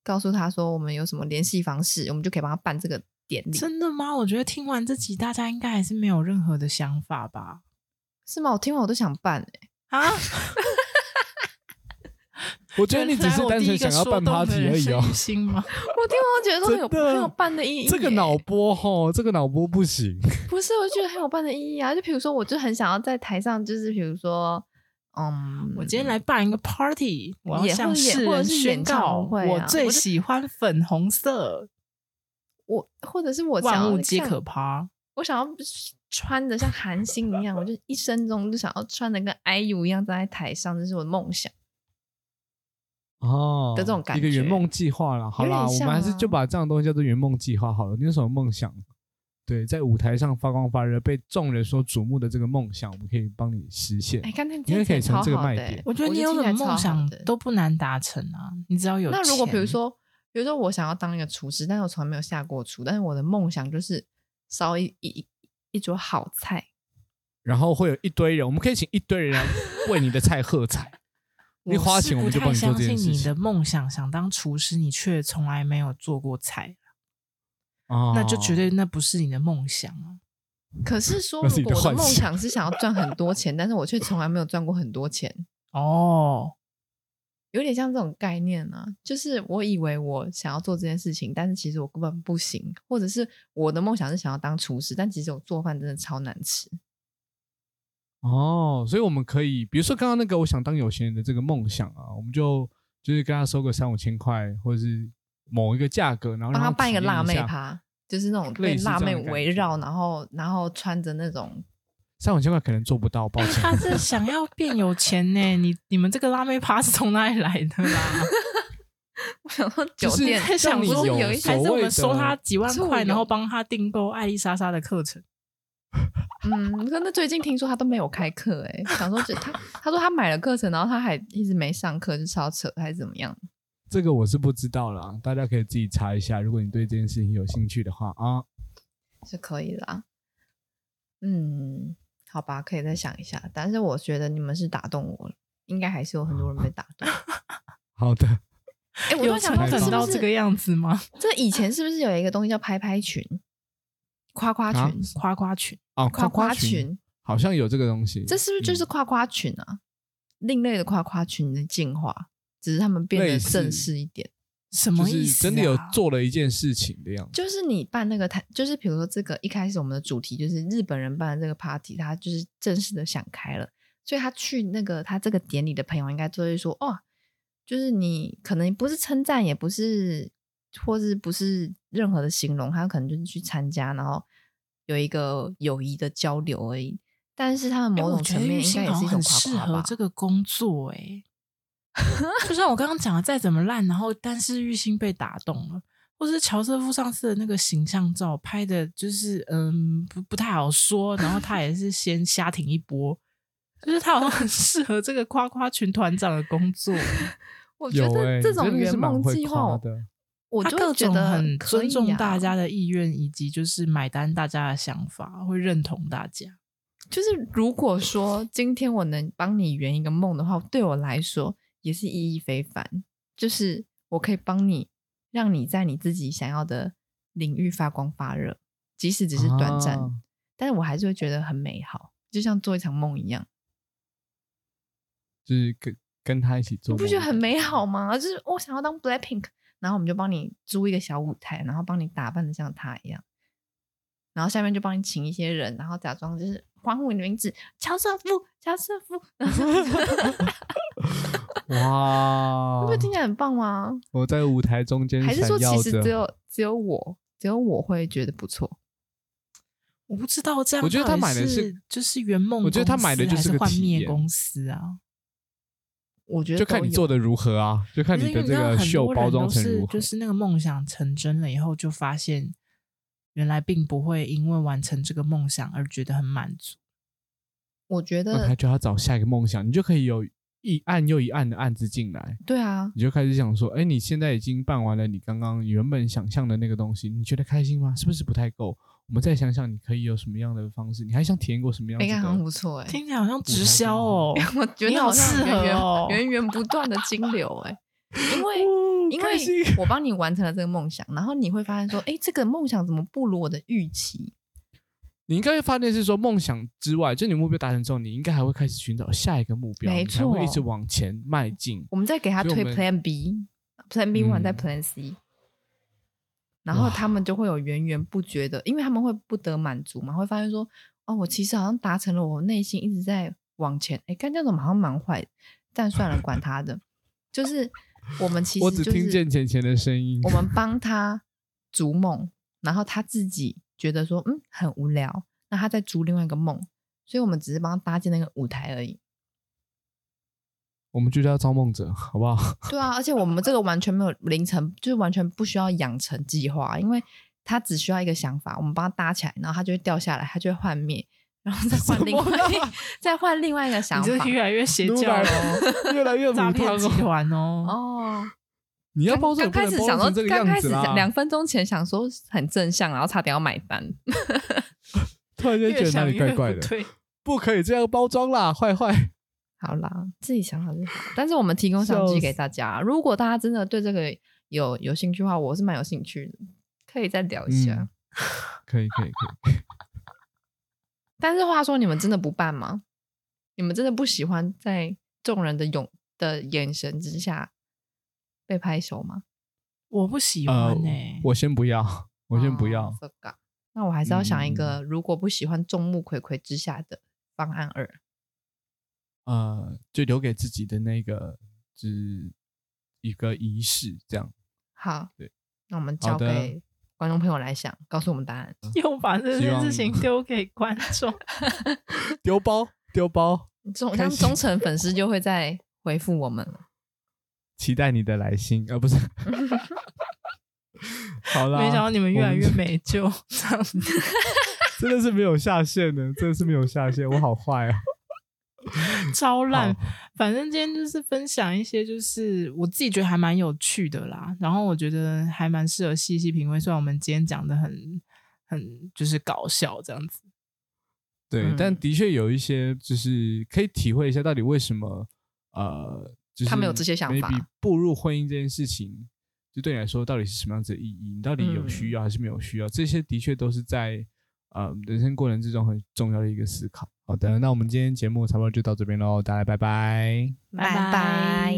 Speaker 3: 告诉他说我们有什么联系方式，我们就可以帮他办这个典礼，
Speaker 2: 真的吗？我觉得听完这集，大家应该还是没有任何的想法吧？
Speaker 3: 是吗？我听完我都想办欸
Speaker 2: 啊，
Speaker 1: 我觉得你只是单纯想要办 party 而已哦。
Speaker 2: 心吗？
Speaker 3: 我听完我觉得都很有
Speaker 1: 真的
Speaker 3: 很有办的意义 耶。
Speaker 1: 这个脑波吼，这个脑波不行。
Speaker 3: 不是，我觉得很有办的意义啊。就比如说，我就很想要在台上，就是比如说，嗯，
Speaker 2: 我今天来办一个 party，我要
Speaker 3: 也
Speaker 2: 向
Speaker 3: 会演
Speaker 2: 世
Speaker 3: 或者
Speaker 2: 人
Speaker 3: 是
Speaker 2: 宣
Speaker 3: 演唱
Speaker 2: 告，
Speaker 3: 会啊
Speaker 2: 我最
Speaker 3: 我就
Speaker 2: 喜欢粉红色，
Speaker 3: 我或者是我想要
Speaker 2: 万物皆
Speaker 3: 像
Speaker 2: 可趴。
Speaker 3: 我想要穿的像韩星一样，我就一生中就想要穿的跟 IU 一样站在台上，这是我的梦想。
Speaker 1: 哦
Speaker 3: 的这种感
Speaker 1: 一个圆
Speaker 3: 觉
Speaker 1: 梦计划啦。好
Speaker 3: 有
Speaker 1: 啦，
Speaker 3: 点
Speaker 1: 我们
Speaker 3: 像
Speaker 1: 还是就
Speaker 3: 啊
Speaker 1: 把这样的东西叫做圆梦计划好了。你有什么梦想？对，在舞台上发光发热，被众人所瞩目的这个梦想，我们可以帮你实现
Speaker 3: 哎，。看那
Speaker 1: 因为
Speaker 3: 天
Speaker 1: 可以从
Speaker 3: 超
Speaker 1: 这个
Speaker 3: 好
Speaker 1: 卖
Speaker 3: 的欸
Speaker 1: 点
Speaker 2: 我觉得你有什
Speaker 3: 听起来
Speaker 2: 么
Speaker 3: 超好
Speaker 2: 梦想
Speaker 3: 的
Speaker 2: 都不难达成啊，你只要有。
Speaker 3: 那如果比如，说，比如说我想要当一个厨师，但是我从来没有下过厨，但是我的梦想就是烧一一一一桌好菜。
Speaker 1: 然后会有一堆人，我们可以请一堆人来 为你的菜喝彩。你花钱，我们就帮
Speaker 2: 太
Speaker 1: 你做
Speaker 2: 相
Speaker 1: 这件
Speaker 2: 信
Speaker 1: 事
Speaker 2: 你的
Speaker 1: 情。
Speaker 2: 梦想想当厨师，你却从来没有做过菜，
Speaker 1: 哦
Speaker 2: 那就绝对那不是你的梦想啊。
Speaker 3: 可是说，
Speaker 1: 那是
Speaker 3: 如
Speaker 1: 你的
Speaker 3: 果我
Speaker 1: 幻
Speaker 3: 的梦
Speaker 1: 想
Speaker 3: 想是想要赚很多钱，但是我却从来没有赚过很多钱，
Speaker 2: 哦，
Speaker 3: 有点像这种概念啊，就是我以为我想要做这件事情，但是其实我根本不行，或者是我的梦想是想要当厨师，但其实我做饭真的超难吃。
Speaker 1: 哦，所以我们可以，比如说刚刚那个我想当有钱人的这个梦想啊，我们就就是跟他收个三五千块，或者是某一个价格，然后让
Speaker 3: 帮他办一个
Speaker 1: 体验
Speaker 3: 辣妹
Speaker 1: 下
Speaker 3: 趴，就是那种被
Speaker 1: 类似这
Speaker 3: 辣
Speaker 1: 样的
Speaker 3: 妹
Speaker 1: 感
Speaker 3: 围
Speaker 1: 觉
Speaker 3: 绕，然后然后穿着那种
Speaker 1: 三五千块可能做不到，抱歉。
Speaker 2: 他是想要变有钱 呢、你你们这个辣妹趴是从哪里来的啊啦？
Speaker 3: 我想说酒
Speaker 1: 就是
Speaker 3: 店，
Speaker 2: 还想
Speaker 1: 让你
Speaker 2: 说
Speaker 1: 有
Speaker 3: 有一
Speaker 1: 所
Speaker 2: 还是我
Speaker 1: 谓
Speaker 2: 们收
Speaker 1: 的
Speaker 2: 他几万
Speaker 3: 醋
Speaker 2: 块，然后
Speaker 3: 友
Speaker 2: 帮他订购艾丽莎莎的课程？
Speaker 3: 嗯，可那最近听说他都没有开课、欸，哎，想说这他他说他买了课程，然后他还一直没上课，就超扯还是怎么样？
Speaker 1: 这个我是不知道啦，大家可以自己查一下。如果你对这件事情有兴趣的话啊，
Speaker 3: 是可以啦。嗯，好吧，可以再想一下。但是我觉得你们是打动我了，应该还是有很多人被打动。
Speaker 1: 好的，
Speaker 3: 哎、我突
Speaker 2: 有
Speaker 3: 然想
Speaker 2: 成
Speaker 3: 到，
Speaker 1: 成
Speaker 2: 等
Speaker 3: 是不
Speaker 2: 到
Speaker 3: 是
Speaker 2: 这个样子吗？
Speaker 3: 这以前是不是有一个东西叫拍拍群、夸夸群、
Speaker 1: 啊
Speaker 2: 夸夸群，
Speaker 1: 哦，夸
Speaker 3: 夸夸
Speaker 1: 群
Speaker 3: 群？
Speaker 1: 好像有这个东西，嗯
Speaker 3: 这是不是就是夸夸群啊？另类的夸夸群的进化，只是他们变
Speaker 1: 类
Speaker 3: 得
Speaker 1: 似
Speaker 3: 正式一点。
Speaker 2: 什
Speaker 1: 就
Speaker 2: 么
Speaker 1: 是
Speaker 2: 意思、啊？
Speaker 1: 真的有做了一件事情的样子。
Speaker 3: 就是你办那个台，就是比如说这个一开始我们的主题就是日本人办的这个 party，他就是正式的想开了，所以他去那个他这个典礼的朋友应该就会说哦，就是你可能不是称赞，也不是或是不是任何的形容，他可能就是去参加，然后有一个友谊的交流而已。但是他们
Speaker 2: 哎
Speaker 3: 某
Speaker 2: 我
Speaker 3: 种
Speaker 2: 觉
Speaker 3: 层
Speaker 2: 得
Speaker 3: 面
Speaker 2: 玉
Speaker 3: 应该
Speaker 2: 兴
Speaker 3: 也
Speaker 2: 好
Speaker 3: 是一
Speaker 2: 像
Speaker 3: 种
Speaker 2: 很
Speaker 3: 夸
Speaker 2: 适
Speaker 3: 夸
Speaker 2: 合
Speaker 3: 吧。
Speaker 2: 这个工作哎、 就像我刚刚讲的，再怎么烂，然后但是玉兴被打动了，或是乔瑟夫上次的那个形象照拍的，就是嗯不不太好说，然后他也是先瞎挺一 波，就是他好像很适合这个夸夸群团长的工作，
Speaker 3: 我觉
Speaker 1: 有哎、
Speaker 3: 得
Speaker 1: 你
Speaker 3: 这种
Speaker 1: 真的是
Speaker 3: 圆
Speaker 1: 蛮
Speaker 3: 梦
Speaker 1: 会
Speaker 3: 计
Speaker 1: 夸
Speaker 3: 划，
Speaker 1: 的，
Speaker 3: 我
Speaker 2: 他
Speaker 3: 就
Speaker 2: 各
Speaker 3: 会觉
Speaker 2: 种
Speaker 3: 得
Speaker 2: 很
Speaker 3: 可
Speaker 2: 尊
Speaker 3: 以
Speaker 2: 重
Speaker 3: 啊
Speaker 2: 大家的意愿，以及就是买单大家的想法，会认同大家。
Speaker 3: 就是如果说今天我能帮你圆一个梦的话，对我来说也是意义非凡。就是我可以帮你，让你在你自己想要的领域发光发热，即使只是短暂，
Speaker 1: 啊
Speaker 3: 但是我还是会觉得很美好，就像做一场梦一样。
Speaker 1: 就是跟跟他一起做
Speaker 3: 你
Speaker 1: 梦，
Speaker 3: 不觉得很美好吗？就是我想要当 Blackpink，然后我们就帮你租一个小舞台，然后帮你打扮的像他一样，然后下面就帮你请一些人，然后假装就是欢呼你的名字，乔瑟夫，乔瑟夫，然后
Speaker 1: 哇
Speaker 3: 会不！会听起来很棒吗？
Speaker 1: 我在舞台中间
Speaker 3: 还是说
Speaker 1: 闪
Speaker 3: 其
Speaker 1: 耀
Speaker 3: 实
Speaker 1: 着
Speaker 3: 只有只有我，只有我会觉得不错？
Speaker 2: 我不知道这样
Speaker 1: 我觉得他
Speaker 2: 到底
Speaker 1: 买的是
Speaker 2: 是就是圆梦公司，
Speaker 1: 我觉得他买的就
Speaker 2: 还
Speaker 1: 是
Speaker 2: 是
Speaker 1: 个
Speaker 2: 幻
Speaker 1: 体
Speaker 2: 灭
Speaker 1: 验
Speaker 2: 公司啊。
Speaker 3: 我觉得
Speaker 1: 就看你做
Speaker 3: 的
Speaker 1: 的如何啊，就看
Speaker 2: 可
Speaker 1: 你
Speaker 2: 是因
Speaker 1: 的
Speaker 2: 为
Speaker 1: 这
Speaker 2: 知道
Speaker 1: 个
Speaker 2: 很
Speaker 1: 秀
Speaker 2: 多人
Speaker 1: 包装
Speaker 2: 都
Speaker 1: 成
Speaker 2: 是
Speaker 1: 如何
Speaker 2: 就。是那个梦想成真了以后，就发现原来并不会因为完成这个梦想而觉得很满足。
Speaker 3: 我觉
Speaker 1: 那他
Speaker 3: 得
Speaker 1: 就要找下一个梦想，你就可以有一案又一案的案子进来，
Speaker 3: 对啊，
Speaker 1: 你就开始想说，哎，你现在已经办完了你刚刚原本想象的那个东西，你觉得开心吗？是不是不太够？我们再想想，你可以有什么样的方式？你还想体验过什么样子
Speaker 3: 美感好像
Speaker 1: 的？
Speaker 3: 不错哎、
Speaker 2: 听起来好像
Speaker 1: 舞台
Speaker 2: 直销哦，
Speaker 3: 我觉
Speaker 2: 你
Speaker 3: 得
Speaker 2: 好
Speaker 3: 好像
Speaker 2: 适合
Speaker 3: 源源
Speaker 2: 哦
Speaker 3: 源源不断的金 流哎、因为。
Speaker 1: 哦
Speaker 3: 因
Speaker 1: 开
Speaker 3: 为
Speaker 1: 心
Speaker 3: 我帮你完成了这个梦想，然后你会发现说，哎，这个梦想怎么不如我的预期？
Speaker 1: 你应该会发现是说，梦想之外，就你目标达成之后，你应该还会开始寻找下一个目标，
Speaker 3: 没
Speaker 1: 你才会一
Speaker 3: 错
Speaker 1: 直往前迈进。
Speaker 3: 我们再给他
Speaker 1: 所以
Speaker 3: 推
Speaker 1: 我们
Speaker 3: Plan B，Plan B 完、再
Speaker 1: 嗯
Speaker 3: Plan C，然后
Speaker 1: 哇
Speaker 3: 他们就会有源源不绝的，因为他们会不得满足嘛，会发现说，哦，我其实好像达成了我内心一直在往前，哎，干这样怎么好像蛮坏的，但算了，管他的，就是我们其
Speaker 1: 我
Speaker 3: 实
Speaker 1: 只
Speaker 3: 就是
Speaker 1: 听见浅浅的声音
Speaker 3: 我，们帮他逐梦，然后他自己觉得说，嗯，很无聊，那他在逐另外一个梦，所以我们只是帮他搭建那个舞台而已。
Speaker 1: 我们就叫造梦者，好不好？
Speaker 3: 对啊，而且我们这个完全没有凌晨，就是完全不需要养成计划，因为他只需要一个想法，我们帮他搭起来，然后他就会掉下来，他就会幻灭，然后再换另外
Speaker 2: 什
Speaker 3: 一
Speaker 2: 么啦啊
Speaker 3: 再换另外一个想
Speaker 2: 你这
Speaker 3: 法。
Speaker 2: 越来越邪
Speaker 1: 撸
Speaker 2: 教
Speaker 1: 来
Speaker 2: 哦，
Speaker 1: 越来越母
Speaker 2: 诈
Speaker 1: 汤
Speaker 2: 骗集
Speaker 1: 哦。
Speaker 2: 团哦。
Speaker 3: 哦，
Speaker 1: 你要包装，
Speaker 3: 刚开始想
Speaker 1: 到
Speaker 3: 说，
Speaker 1: 这个
Speaker 3: 刚
Speaker 1: 样
Speaker 3: 开
Speaker 1: 子
Speaker 3: 始
Speaker 1: 啦，
Speaker 3: 两分钟前想说很正向，然后差点要买单。
Speaker 1: 突然间觉
Speaker 2: 越
Speaker 1: 得哪
Speaker 2: 想
Speaker 1: 里
Speaker 2: 越
Speaker 1: 怪
Speaker 2: 不
Speaker 1: 怪的，
Speaker 2: 对，
Speaker 1: 不可以这样包装啦，坏坏。
Speaker 3: 好啦，自己想想就好。但是我们提供商机给大家，如果大家真的对这个有有兴趣的话，我是蛮有兴趣的，可以再聊一下。
Speaker 1: 嗯，可以可以可以。
Speaker 3: 但是话说，你们真的不办吗？你们真的不喜欢在众人的勇的眼神之下被拍手吗？
Speaker 2: 我不喜
Speaker 1: 呃
Speaker 2: 欢哎、，
Speaker 1: 我先不要，我先不要
Speaker 3: 哦。这个那我还是要想一
Speaker 1: 嗯
Speaker 3: 个，如果不喜欢众目睽睽之下的方案二。
Speaker 1: 呃，就留给自己的那个只一个仪式这样。
Speaker 3: 好，
Speaker 1: 对，
Speaker 3: 那我们
Speaker 1: 好
Speaker 3: 交
Speaker 1: 的嗯
Speaker 3: 给观众朋友来想，告诉我们答案。
Speaker 2: 又把这
Speaker 1: 希
Speaker 2: 件
Speaker 1: 望
Speaker 2: 事情丢给观众。
Speaker 1: 丢包丢包，
Speaker 3: 忠
Speaker 1: 开
Speaker 3: 像
Speaker 1: 心
Speaker 3: 忠诚粉丝就会再回复我们了。
Speaker 1: 期待你的来信，而、 不是。好啦，
Speaker 2: 没想到你们越来越
Speaker 1: 我们
Speaker 2: 没救，这样子。
Speaker 1: 真的是没有下限的，真的是没有下限，我好坏啊！
Speaker 2: 超 烂
Speaker 1: 好。
Speaker 2: 反正今天就是分享一些，就是我自己觉得还蛮有趣的啦。然后我觉得还蛮适合细细品味。虽然我们今天讲的很很就是搞笑这样子，
Speaker 1: 对，
Speaker 3: 嗯
Speaker 1: 但的确有一些就是可以体会一下，到底为什么呃，就是
Speaker 3: 他们有这些想法
Speaker 1: maybe 步入婚姻这件事情，
Speaker 3: 嗯
Speaker 1: 就对你来说到底是什么样子的意义？你到底有需要还是没有需要？这些的确都是在呃人生过程之中很重要的一个思考。好的，那我们今天节目差不多就到这边喽，大家拜拜。
Speaker 2: 拜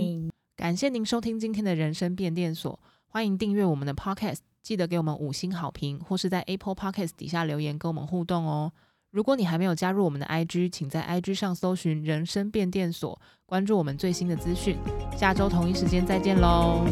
Speaker 2: 感谢您收听今天的人生变电所，欢迎订阅我们的 Podcast，记得给我们五星好评，或是在 Apple Podcast 底下留言跟我们互动哦。如果你还没有加入我们的 IG，请在 IG 上搜寻“人生变电所”，关注我们最新的资讯。下周同一时间再见喽！